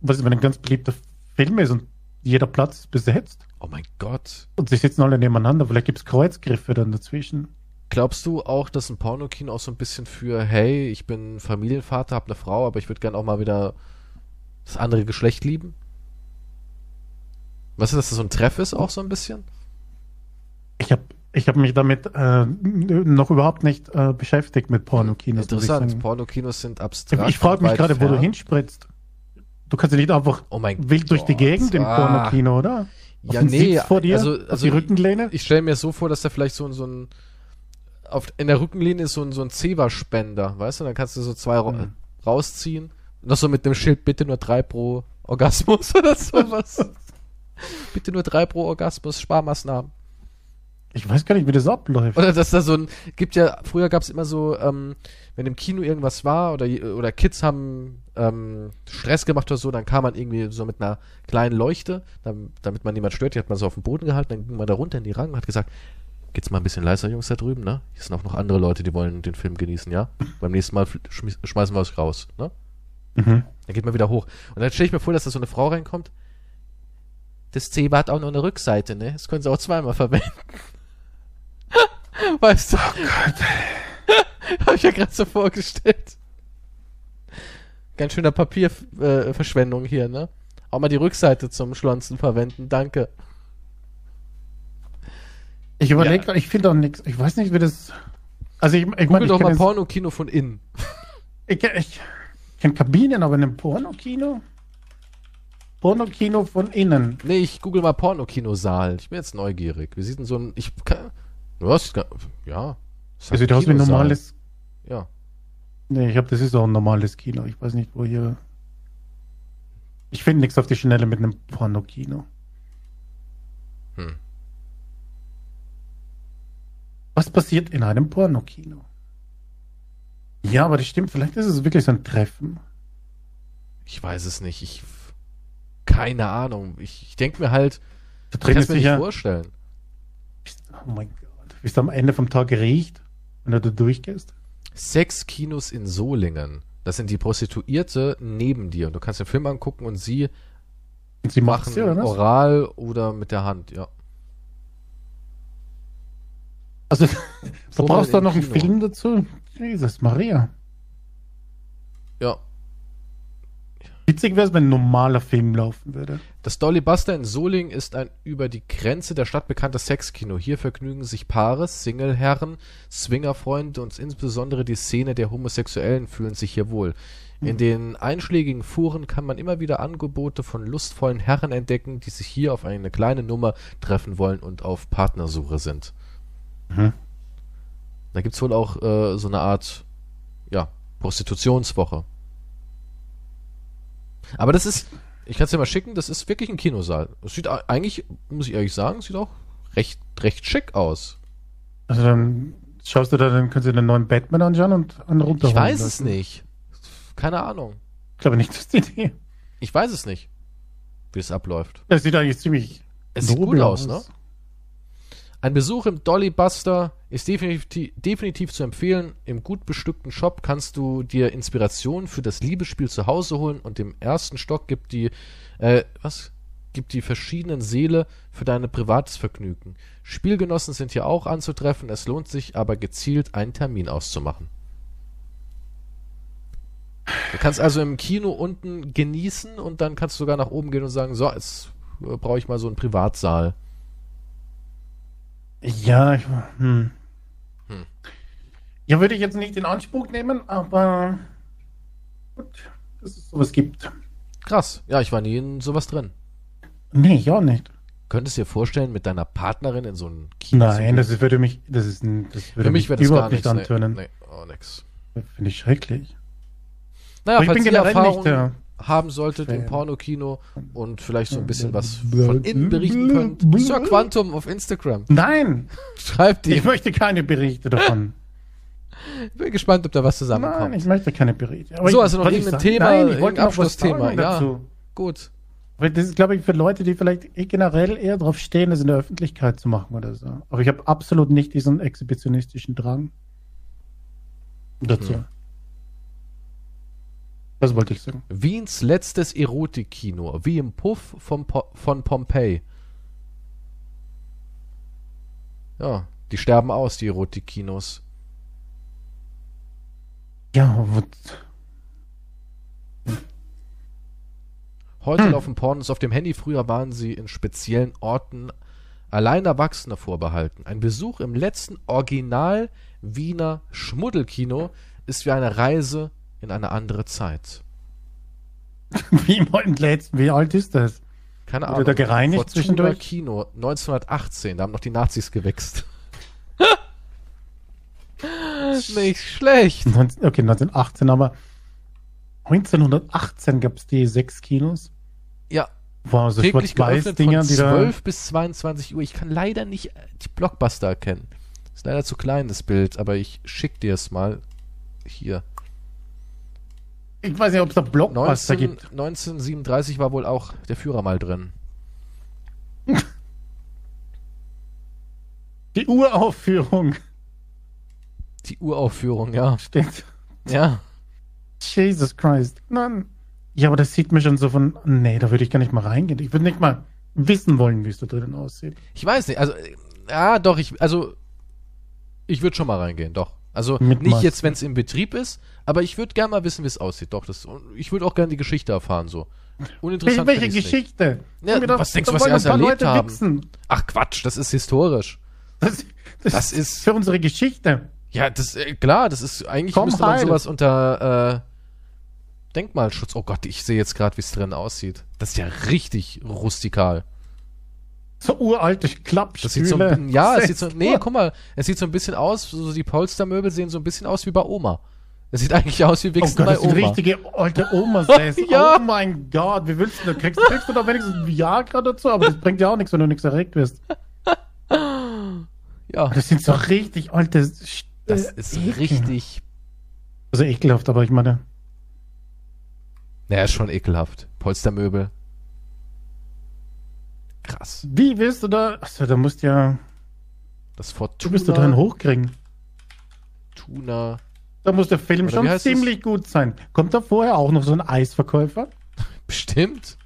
B: was wenn ein ganz beliebter Film ist und jeder Platz ist besetzt
A: Oh mein Gott.
B: und sie sitzen alle nebeneinander. Vielleicht gibt es Kreuzgriffe dann dazwischen.
A: Glaubst du auch, dass ein Pornokino auch so ein bisschen für, hey, ich bin Familienvater, hab eine Frau, aber ich würde gern auch mal wieder das andere Geschlecht lieben? Weißt du, dass das so ein Treff ist auch so ein bisschen?
B: Ich habe ich hab mich damit äh, noch überhaupt nicht äh, beschäftigt mit Pornokinos. muss ich
A: Interessant,
B: sagen.
A: Pornokinos sind abstrakt.
B: Ich, ich frage mich
A: weit
B: gerade, wo du
A: fern.
B: hinspritzt. Du kannst ja nicht einfach
A: Oh mein Gott.
B: wild durch die Gegend im
A: Ah.
B: Pornokino, oder? Auf
A: Ja,
B: den
A: nee,
B: Sitz vor dir,
A: also-
B: auf
A: also
B: die Rückenlehne.
A: Ich stelle mir so vor, dass da vielleicht so, ein- so ein. Auf, in der Rückenlinie ist so ein, so ein Zewa-Spender, weißt du? Dann kannst du so zwei ra-
B: Hm.
A: rausziehen. Noch so mit dem Schild, bitte nur drei pro Orgasmus oder sowas. bitte nur drei pro Orgasmus, Sparmaßnahmen.
B: Ich weiß gar nicht, wie das abläuft.
A: Oder dass da so ein. Gibt ja. Früher gab es immer so, ähm, wenn im Kino irgendwas war oder, je- oder Kids haben ähm, Stress gemacht oder so, dann kam man irgendwie so mit einer kleinen Leuchte, dam- damit man niemand stört. Die hat man so auf den Boden gehalten, dann ging man da runter in die Rangen und hat gesagt: Geht's mal ein bisschen leiser, Jungs, da drüben, ne? Hier sind auch noch andere Leute, die wollen den Film genießen, ja? Beim nächsten Mal fl- schmiss- schmeißen wir euch raus, ne?
B: Mhm.
A: Dann geht man wieder hoch. Und dann stelle ich mir vor, dass da so eine Frau reinkommt. Das Zebra hat auch noch eine Rückseite, ne? Das können sie auch zweimal verwenden. weißt du? Oh Gott. Hab ich ja gerade so vorgestellt. Ganz schöner Papierverschwendung äh, Verschwendung hier, ne? Auch mal die Rückseite zum Schlonzen verwenden, danke.
B: Ich überlege, ich finde auch nichts. Ich weiß nicht, wie das. Also ich, ich meine,
A: Google
B: ich
A: doch
B: kenn
A: mal
B: jetzt-
A: Pornokino von innen.
B: Ich, kenn- ich kenne Kabinen, aber in einem Pornokino? Pornokino von innen.
A: Nee, ich google mal Pornokinosaal. Ich bin jetzt neugierig. Wie sieht denn so ein. Ich kann, was? Ja. Es
B: Das sieht aus wie ein normales.
A: Ja.
B: Nee, ich glaube, das ist auch ein normales Kino. Ich weiß nicht, wo hier. Ich finde nichts auf die Schnelle mit einem Pornokino.
A: Hm.
B: Was passiert in einem Pornokino? Ja, aber das stimmt. Vielleicht ist es wirklich so ein Treffen.
A: Ich weiß es nicht. Ich. Keine Ahnung. Ich, ich denke mir halt,
B: Da
A: ich
B: drin
A: kann es
B: ist
A: mir nicht
B: sicher.
A: vorstellen.
B: Oh mein Gott. Wie es am Ende vom Tag riecht, wenn du da durchgehst.
A: Sechs Kinos in Solingen. Das sind die Prostituierte neben dir. Und du kannst den Film angucken und sie
B: Und sie
A: machen
B: macht's ja, oder? was?
A: oral oder mit der Hand, ja.
B: Also, du
A: Wo man
B: brauchst doch
A: im
B: noch einen
A: Kino.
B: Film dazu. Jesus, Maria.
A: Ja.
B: Witzig wäre es, wenn ein normaler Film laufen würde.
A: Das Dolly Buster in Solingen ist ein über die Grenze der Stadt bekanntes Sexkino. Hier vergnügen sich Paare, Singleherren, Swingerfreunde und insbesondere die Szene der Homosexuellen fühlen sich hier wohl. In den einschlägigen Fuhren kann man immer wieder Angebote von lustvollen Herren entdecken, die sich hier auf eine kleine Nummer treffen wollen und auf Partnersuche sind.
B: Mhm.
A: Da gibt's wohl auch äh, so eine Art, ja, Prostitutionswoche. Aber das ist, ich kann es dir mal schicken, das ist wirklich ein Kinosaal. Es sieht a- eigentlich, muss ich ehrlich sagen, sieht auch recht, recht schick aus.
B: Also dann schaust du da, dann können sie den neuen Batman anschauen und einen
A: Ich
B: runterholen.
A: weiß es
B: lassen.
A: nicht. Keine Ahnung.
B: Ich glaube nicht, dass die Idee.
A: Ich weiß es nicht, wie es abläuft.
B: Das sieht eigentlich ziemlich.
A: Es sieht
B: nobel
A: gut aus, ne? Ein Besuch im Dolly Buster ist definitiv, definitiv zu empfehlen. Im gut bestückten Shop kannst du dir Inspiration für das Liebesspiel zu Hause holen und im ersten Stock gibt die äh, was gibt die verschiedenen Seele für dein privates Vergnügen. Spielgenossen sind hier auch anzutreffen. Es lohnt sich aber gezielt einen Termin auszumachen. Du kannst also im Kino unten genießen und dann kannst du sogar nach oben gehen und sagen, so, jetzt äh, brauche ich mal so einen Privatsaal.
B: Ja, ich. Hm.
A: Hm.
B: Ja, würde ich jetzt nicht in Anspruch nehmen, aber. Gut, dass es sowas gibt.
A: Krass. Ja, ich war nie in sowas drin.
B: Nee, ich auch nicht.
A: Könntest du dir vorstellen, mit deiner Partnerin in so einem Kino zu
B: Nein,
A: gehen?
B: das ist- würde mich. Das ist ein. Das würde
A: Für mich wäre das
B: überhaupt
A: gar
B: nicht
A: nichts.
B: antönen.
A: Nee, nee, oh, nix.
B: Finde ich schrecklich.
A: Naja,
B: Aber ich
A: falls
B: bin
A: ihr
B: generell nicht
A: Erfahrungen
B: der
A: haben solltet im
B: Fan.
A: Pornokino und vielleicht so ein bisschen was
B: Blö-
A: von innen berichten
B: blö-
A: könnt,
B: blö-
A: Sir Quantum auf Instagram.
B: Nein!
A: Schreibt
B: Ich
A: ihm.
B: möchte keine Berichte davon.
A: Bin gespannt, ob da was
B: Nein,
A: zusammenkommt.
B: ich möchte keine Berichte.
A: So,
B: ich-
A: also noch
B: wollte ich
A: irgendein
B: sagen-
A: Thema,
B: Nein, ich
A: irgendein
B: wollte noch was
A: Abschlussthema,
B: sagen
A: ja.
B: dazu.
A: Gut.
B: Weil das ist, glaube ich, für Leute, die vielleicht eh generell eher drauf stehen, das in der Öffentlichkeit zu machen oder so. Aber ich habe absolut nicht diesen exhibitionistischen Drang dazu.
A: Hm.
B: Das wollte ich sagen.
A: Wiens letztes Erotikkino, wie im Puff von, po von Pompeii. Ja, die sterben aus, die Erotikkinos.
B: Ja, what-
A: Heute
B: Hm.
A: laufen Pornos auf dem Handy, früher waren sie in speziellen Orten allein Erwachsener vorbehalten. Ein Besuch im letzten Original Wiener Schmuddelkino ist wie eine Reise in eine andere Zeit.
B: wie im letzten, wie alt ist das?
A: Keine
B: Wurde
A: Ahnung.
B: da gereinigt
A: Fortuna
B: zwischendurch?
A: Kino 1918, da haben noch die Nazis gewächst. Nicht schlecht.
B: 19, okay, 1918, aber 1918 gab es die sechs Kinos.
A: Ja,
B: Wow, so
A: täglich geöffnet von
B: Schwarz-Weiß-Dinger, die da.
A: 12 bis 22 Uhr. Ich kann leider nicht äh, die Blockbuster erkennen. Ist leider zu klein, das Bild, aber ich schick dir es mal hier.
B: Ich weiß nicht, ob es da Blockbuster
A: 19,
B: gibt.
A: 1937 war wohl auch der Führer mal drin.
B: Die Uraufführung
A: Die Uraufführung, ja.
B: steht.
A: Ja.
B: Jesus Christ. Nein. Ja, aber das sieht mir schon so von. Nee, da würde ich gar nicht mal reingehen. Ich würde nicht mal wissen wollen, wie es da drinnen aussieht.
A: Ich weiß nicht, also, äh, ja, doch, ich, also, ich würde schon mal reingehen, doch. Also,
B: Mit
A: nicht
B: Maske.
A: jetzt, wenn es im Betrieb ist, aber ich würde gerne mal wissen, wie es aussieht, doch. Das, und ich würde auch gerne die Geschichte erfahren, so.
B: Wel-
A: Uninteressant
B: Welche
A: find ich's nicht.
B: Geschichte?
A: Ja,
B: Ich hab
A: was denkst du,
B: da
A: was
B: wollen
A: sie alles
B: ein paar
A: erlebt
B: Leute
A: haben?
B: wichsen.
A: Ach Quatsch, das ist historisch.
B: Das, das,
A: Das ist-
B: ist für unsere Geschichte.
A: Ja, das, äh, klar, das ist, eigentlich
B: Komm
A: müsste man
B: heil.
A: sowas unter, äh, Denkmalschutz. Oh Gott, ich sehe jetzt gerade, wie es drin aussieht. Das ist ja richtig rustikal.
B: So uralte Klappstühle.
A: Das sieht so ein bisschen, ja, es sieht so,
B: Sechs
A: nee,
B: Uhr.
A: guck mal, es sieht so ein bisschen aus, so die Polstermöbel sehen so ein bisschen aus wie bei Oma. Es sieht eigentlich aus wie
B: Oh
A: Wichsen
B: Gott,
A: bei
B: das sind
A: Oma.
B: richtige alte Omas. ey.
A: Ja.
B: Oh mein Gott, wie willst du? da? Kriegst, kriegst du doch wenigstens ein Viagra dazu, aber das bringt ja auch nichts, wenn du nichts erregt wirst.
A: Ja,
B: Das sind so richtig alte. Sch-
A: das
B: äh,
A: ist
B: Ekel.
A: richtig,
B: Also ekelhaft, aber ich meine.
A: naja, ist schon ekelhaft. Polstermöbel. Krass.
B: Wie willst du da. Achso, da musst du ja.
A: Das Fortuna.
B: Du musst da drin hochkriegen.
A: Tuna.
B: Da muss der Film
A: Oder wie
B: schon
A: heißt es?
B: ziemlich gut sein. Kommt da vorher auch noch so ein Eisverkäufer?
A: Bestimmt.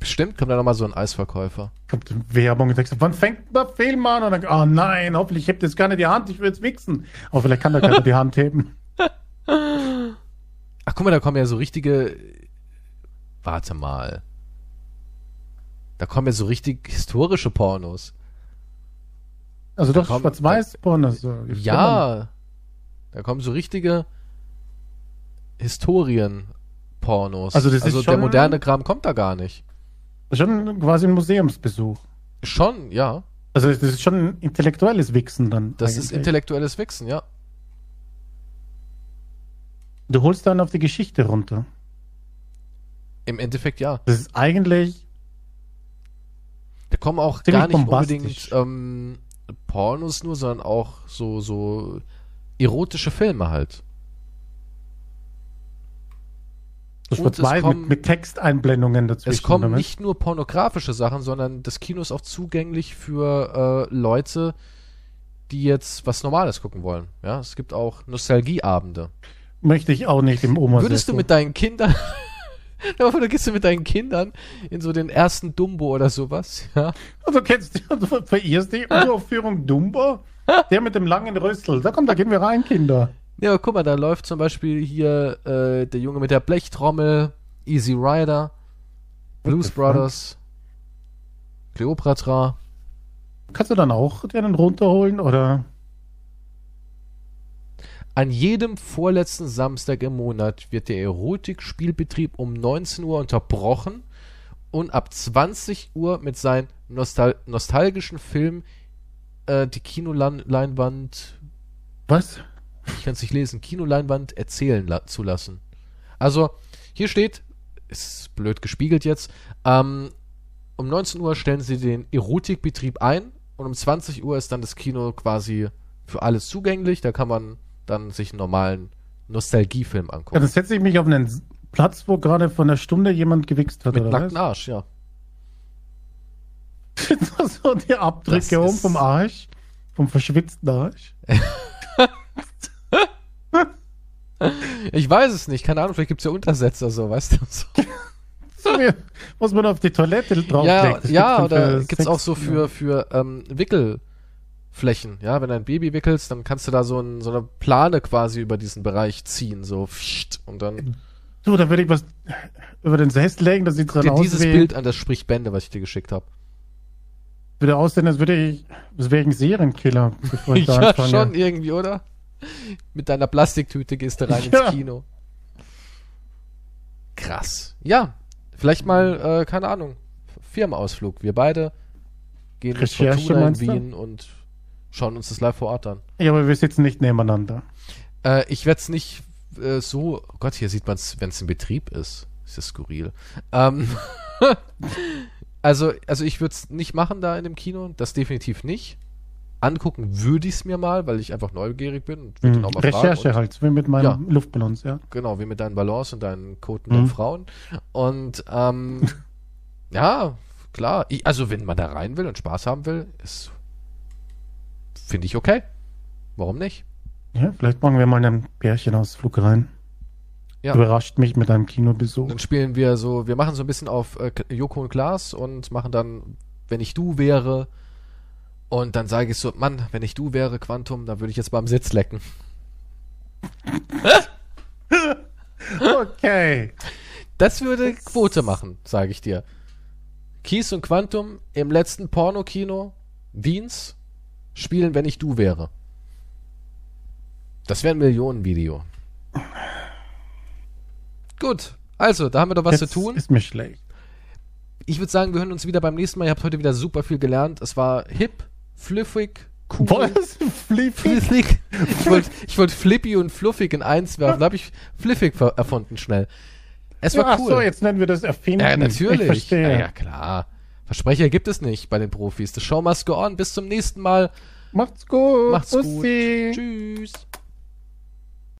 A: Bestimmt kommt da nochmal so ein Eisverkäufer.
B: Kommt Werbung und denkst, du, wann fängt der Film an? Und dann, oh nein, hoffentlich hebt jetzt keiner die Hand, ich will jetzt wichsen. Aber vielleicht kann da keiner die Hand heben.
A: Ach, guck mal, da kommen ja so richtige. Warte mal. Da kommen ja so richtig historische Pornos.
B: Also doch
A: kommt-
B: Schwarz-Weiß-Porno. So.
A: äh, Ja. Da kommen so richtige Historien-Pornos.
B: Also das ist
A: der
B: schon-
A: moderne Kram kommt da gar nicht.
B: Schon quasi ein Museumsbesuch.
A: Schon, ja.
B: Also das ist schon ein intellektuelles Wichsen dann.
A: Das ist
B: eigentlich.
A: intellektuelles Wichsen, ja.
B: Du holst dann auf die Geschichte runter.
A: Im Endeffekt ja.
B: Das ist eigentlich
A: Da kommen auch
B: Ziemlich
A: gar nicht unbedingt
B: bombastisch.
A: ähm, Pornos nur, sondern auch so, so erotische Filme halt.
B: so
A: Und es
B: schwarz-weiß
A: kommen-
B: mit, mit Texteinblendungen dazwischen.
A: Es kommen
B: oder was?
A: nicht nur pornografische Sachen, sondern das Kino ist auch zugänglich für äh, Leute, die jetzt was Normales gucken wollen. Ja, es gibt auch Nostalgieabende.
B: Oh, Möchte ich auch nicht im Oma
A: Würdest du mit deinen Kindern, Ja, aber da gehst du mit deinen Kindern in so den ersten Dumbo oder sowas, ja?
B: Also kennst du, du verirrst die Uraufführung Dumbo? Der mit dem langen Rüssel. Da komm, da gehen wir rein, Kinder.
A: Ja, aber guck mal, da läuft zum Beispiel hier äh, der Junge mit der Blechtrommel, Easy Rider, Blues
B: the fuck?
A: Brothers, Cleopatra.
B: Kannst du dann auch den runterholen oder?
A: An jedem vorletzten Samstag im Monat wird der Erotik-Spielbetrieb um 19 Uhr unterbrochen und ab 20 Uhr mit seinen nostal nostalgischen Filmen äh, die Kinoleinwand,
B: Was?
A: ich kann es nicht lesen, Kinoleinwand erzählen la zu lassen. Also, hier steht, ist blöd gespiegelt jetzt, ähm, um 19 Uhr stellen sie den Erotikbetrieb ein und um 20 Uhr ist dann das Kino quasi für alles zugänglich. Da kann man dann sich einen normalen Nostalgiefilm
B: Ja,
A: angucken.
B: dann setze ich mich auf einen Platz, wo gerade vor einer Stunde jemand gewichst hat,
A: Mit
B: oder
A: nackten
B: was?
A: Arsch, ja.
B: so die
A: Das
B: Abdrücke oben
A: ist-
B: vom Arsch. Vom verschwitzten Arsch.
A: Ich weiß es nicht, keine Ahnung, vielleicht gibt es ja Untersetzer so, weißt du? So.
B: So wie, was man auf die Toilette
A: Ja,
B: drauflegt. Das
A: ja,
B: gibt's dann
A: oder
B: für
A: gibt es auch
B: Sex-
A: so für, für ähm, Wickelflächen. Ja, wenn du ein Baby wickelst, dann kannst du da so, ein, so eine Plane quasi über diesen Bereich ziehen, so pfst, und dann
B: Du, da würde ich was über den Sessel legen, da sieht es dann
A: dir
B: aus
A: dieses
B: wie...
A: Bild an, das spricht Bände, was ich dir geschickt habe.
B: Würde aussehen, als würde ich... Das wäre ich ein Serienkiller, bevor ich da
A: Ja,
B: anfange.
A: schon irgendwie, oder? Mit deiner Plastiktüte gehst du rein
B: Ja.
A: ins Kino. Krass. Ja, vielleicht mal, äh, keine Ahnung, Firmenausflug. Wir beide gehen mit
B: Recherche,
A: Fortuna in
B: meinst du?
A: Wien und schauen uns das live vor Ort an.
B: Ja, aber wir sitzen nicht nebeneinander.
A: Äh, ich werde es nicht äh, so. Oh Gott, hier sieht man es, wenn es in Betrieb ist. Ist ja skurril. Ähm, also, also ich würde es nicht machen da in dem Kino. Das definitiv nicht. Angucken würde ich es mir mal, weil ich einfach neugierig bin und würde
B: Hm,
A: nochmal
B: Recherche halt, so wie mit meinem Luftballons, ja.
A: Genau, wie mit deinen Balance und deinen Koten und
B: Mhm.
A: Frauen. Und ähm, ja, Klar, ich, also wenn man da rein will und Spaß haben will, ist finde ich okay. Warum nicht?
B: Ja, vielleicht machen wir mal einen Pärchenausflug rein.
A: Ja.
B: Überrascht mich mit einem Kinobesuch.
A: Dann spielen wir so, wir machen so ein bisschen auf äh, Joko und Klaas und machen dann, wenn ich du wäre, und dann sage ich so, Mann, wenn ich du wäre, Quantum, dann würde ich jetzt beim Sitz lecken.
B: Okay.
A: Das würde Quote machen, sage ich dir. Kies und Quantum im letzten Pornokino Wiens spielen, wenn ich du wäre. Das wäre ein Millionenvideo. Gut, also, da haben wir doch was
B: Jetzt
A: zu tun.
B: Ist mir schlecht.
A: Ich würde sagen, wir hören uns wieder beim nächsten Mal. Ihr habt heute wieder super viel gelernt. Es war hip, fliffig, cool.
B: Was? Flippy?
A: Fliffig. Ich wollte ich wollt Flippy und Fluffig in eins werfen. Da habe ich Fliffig ver- erfunden schnell. Es war
B: Ach
A: cool.
B: so, jetzt nennen wir das Erfinden.
A: Ja, natürlich.
B: Ich verstehe.
A: Ja, ja, klar. Versprecher gibt es nicht bei den Profis. Das Show must go on. Bis zum nächsten Mal.
B: Macht's gut.
A: Macht's gut.
B: Bussi.
A: Tschüss.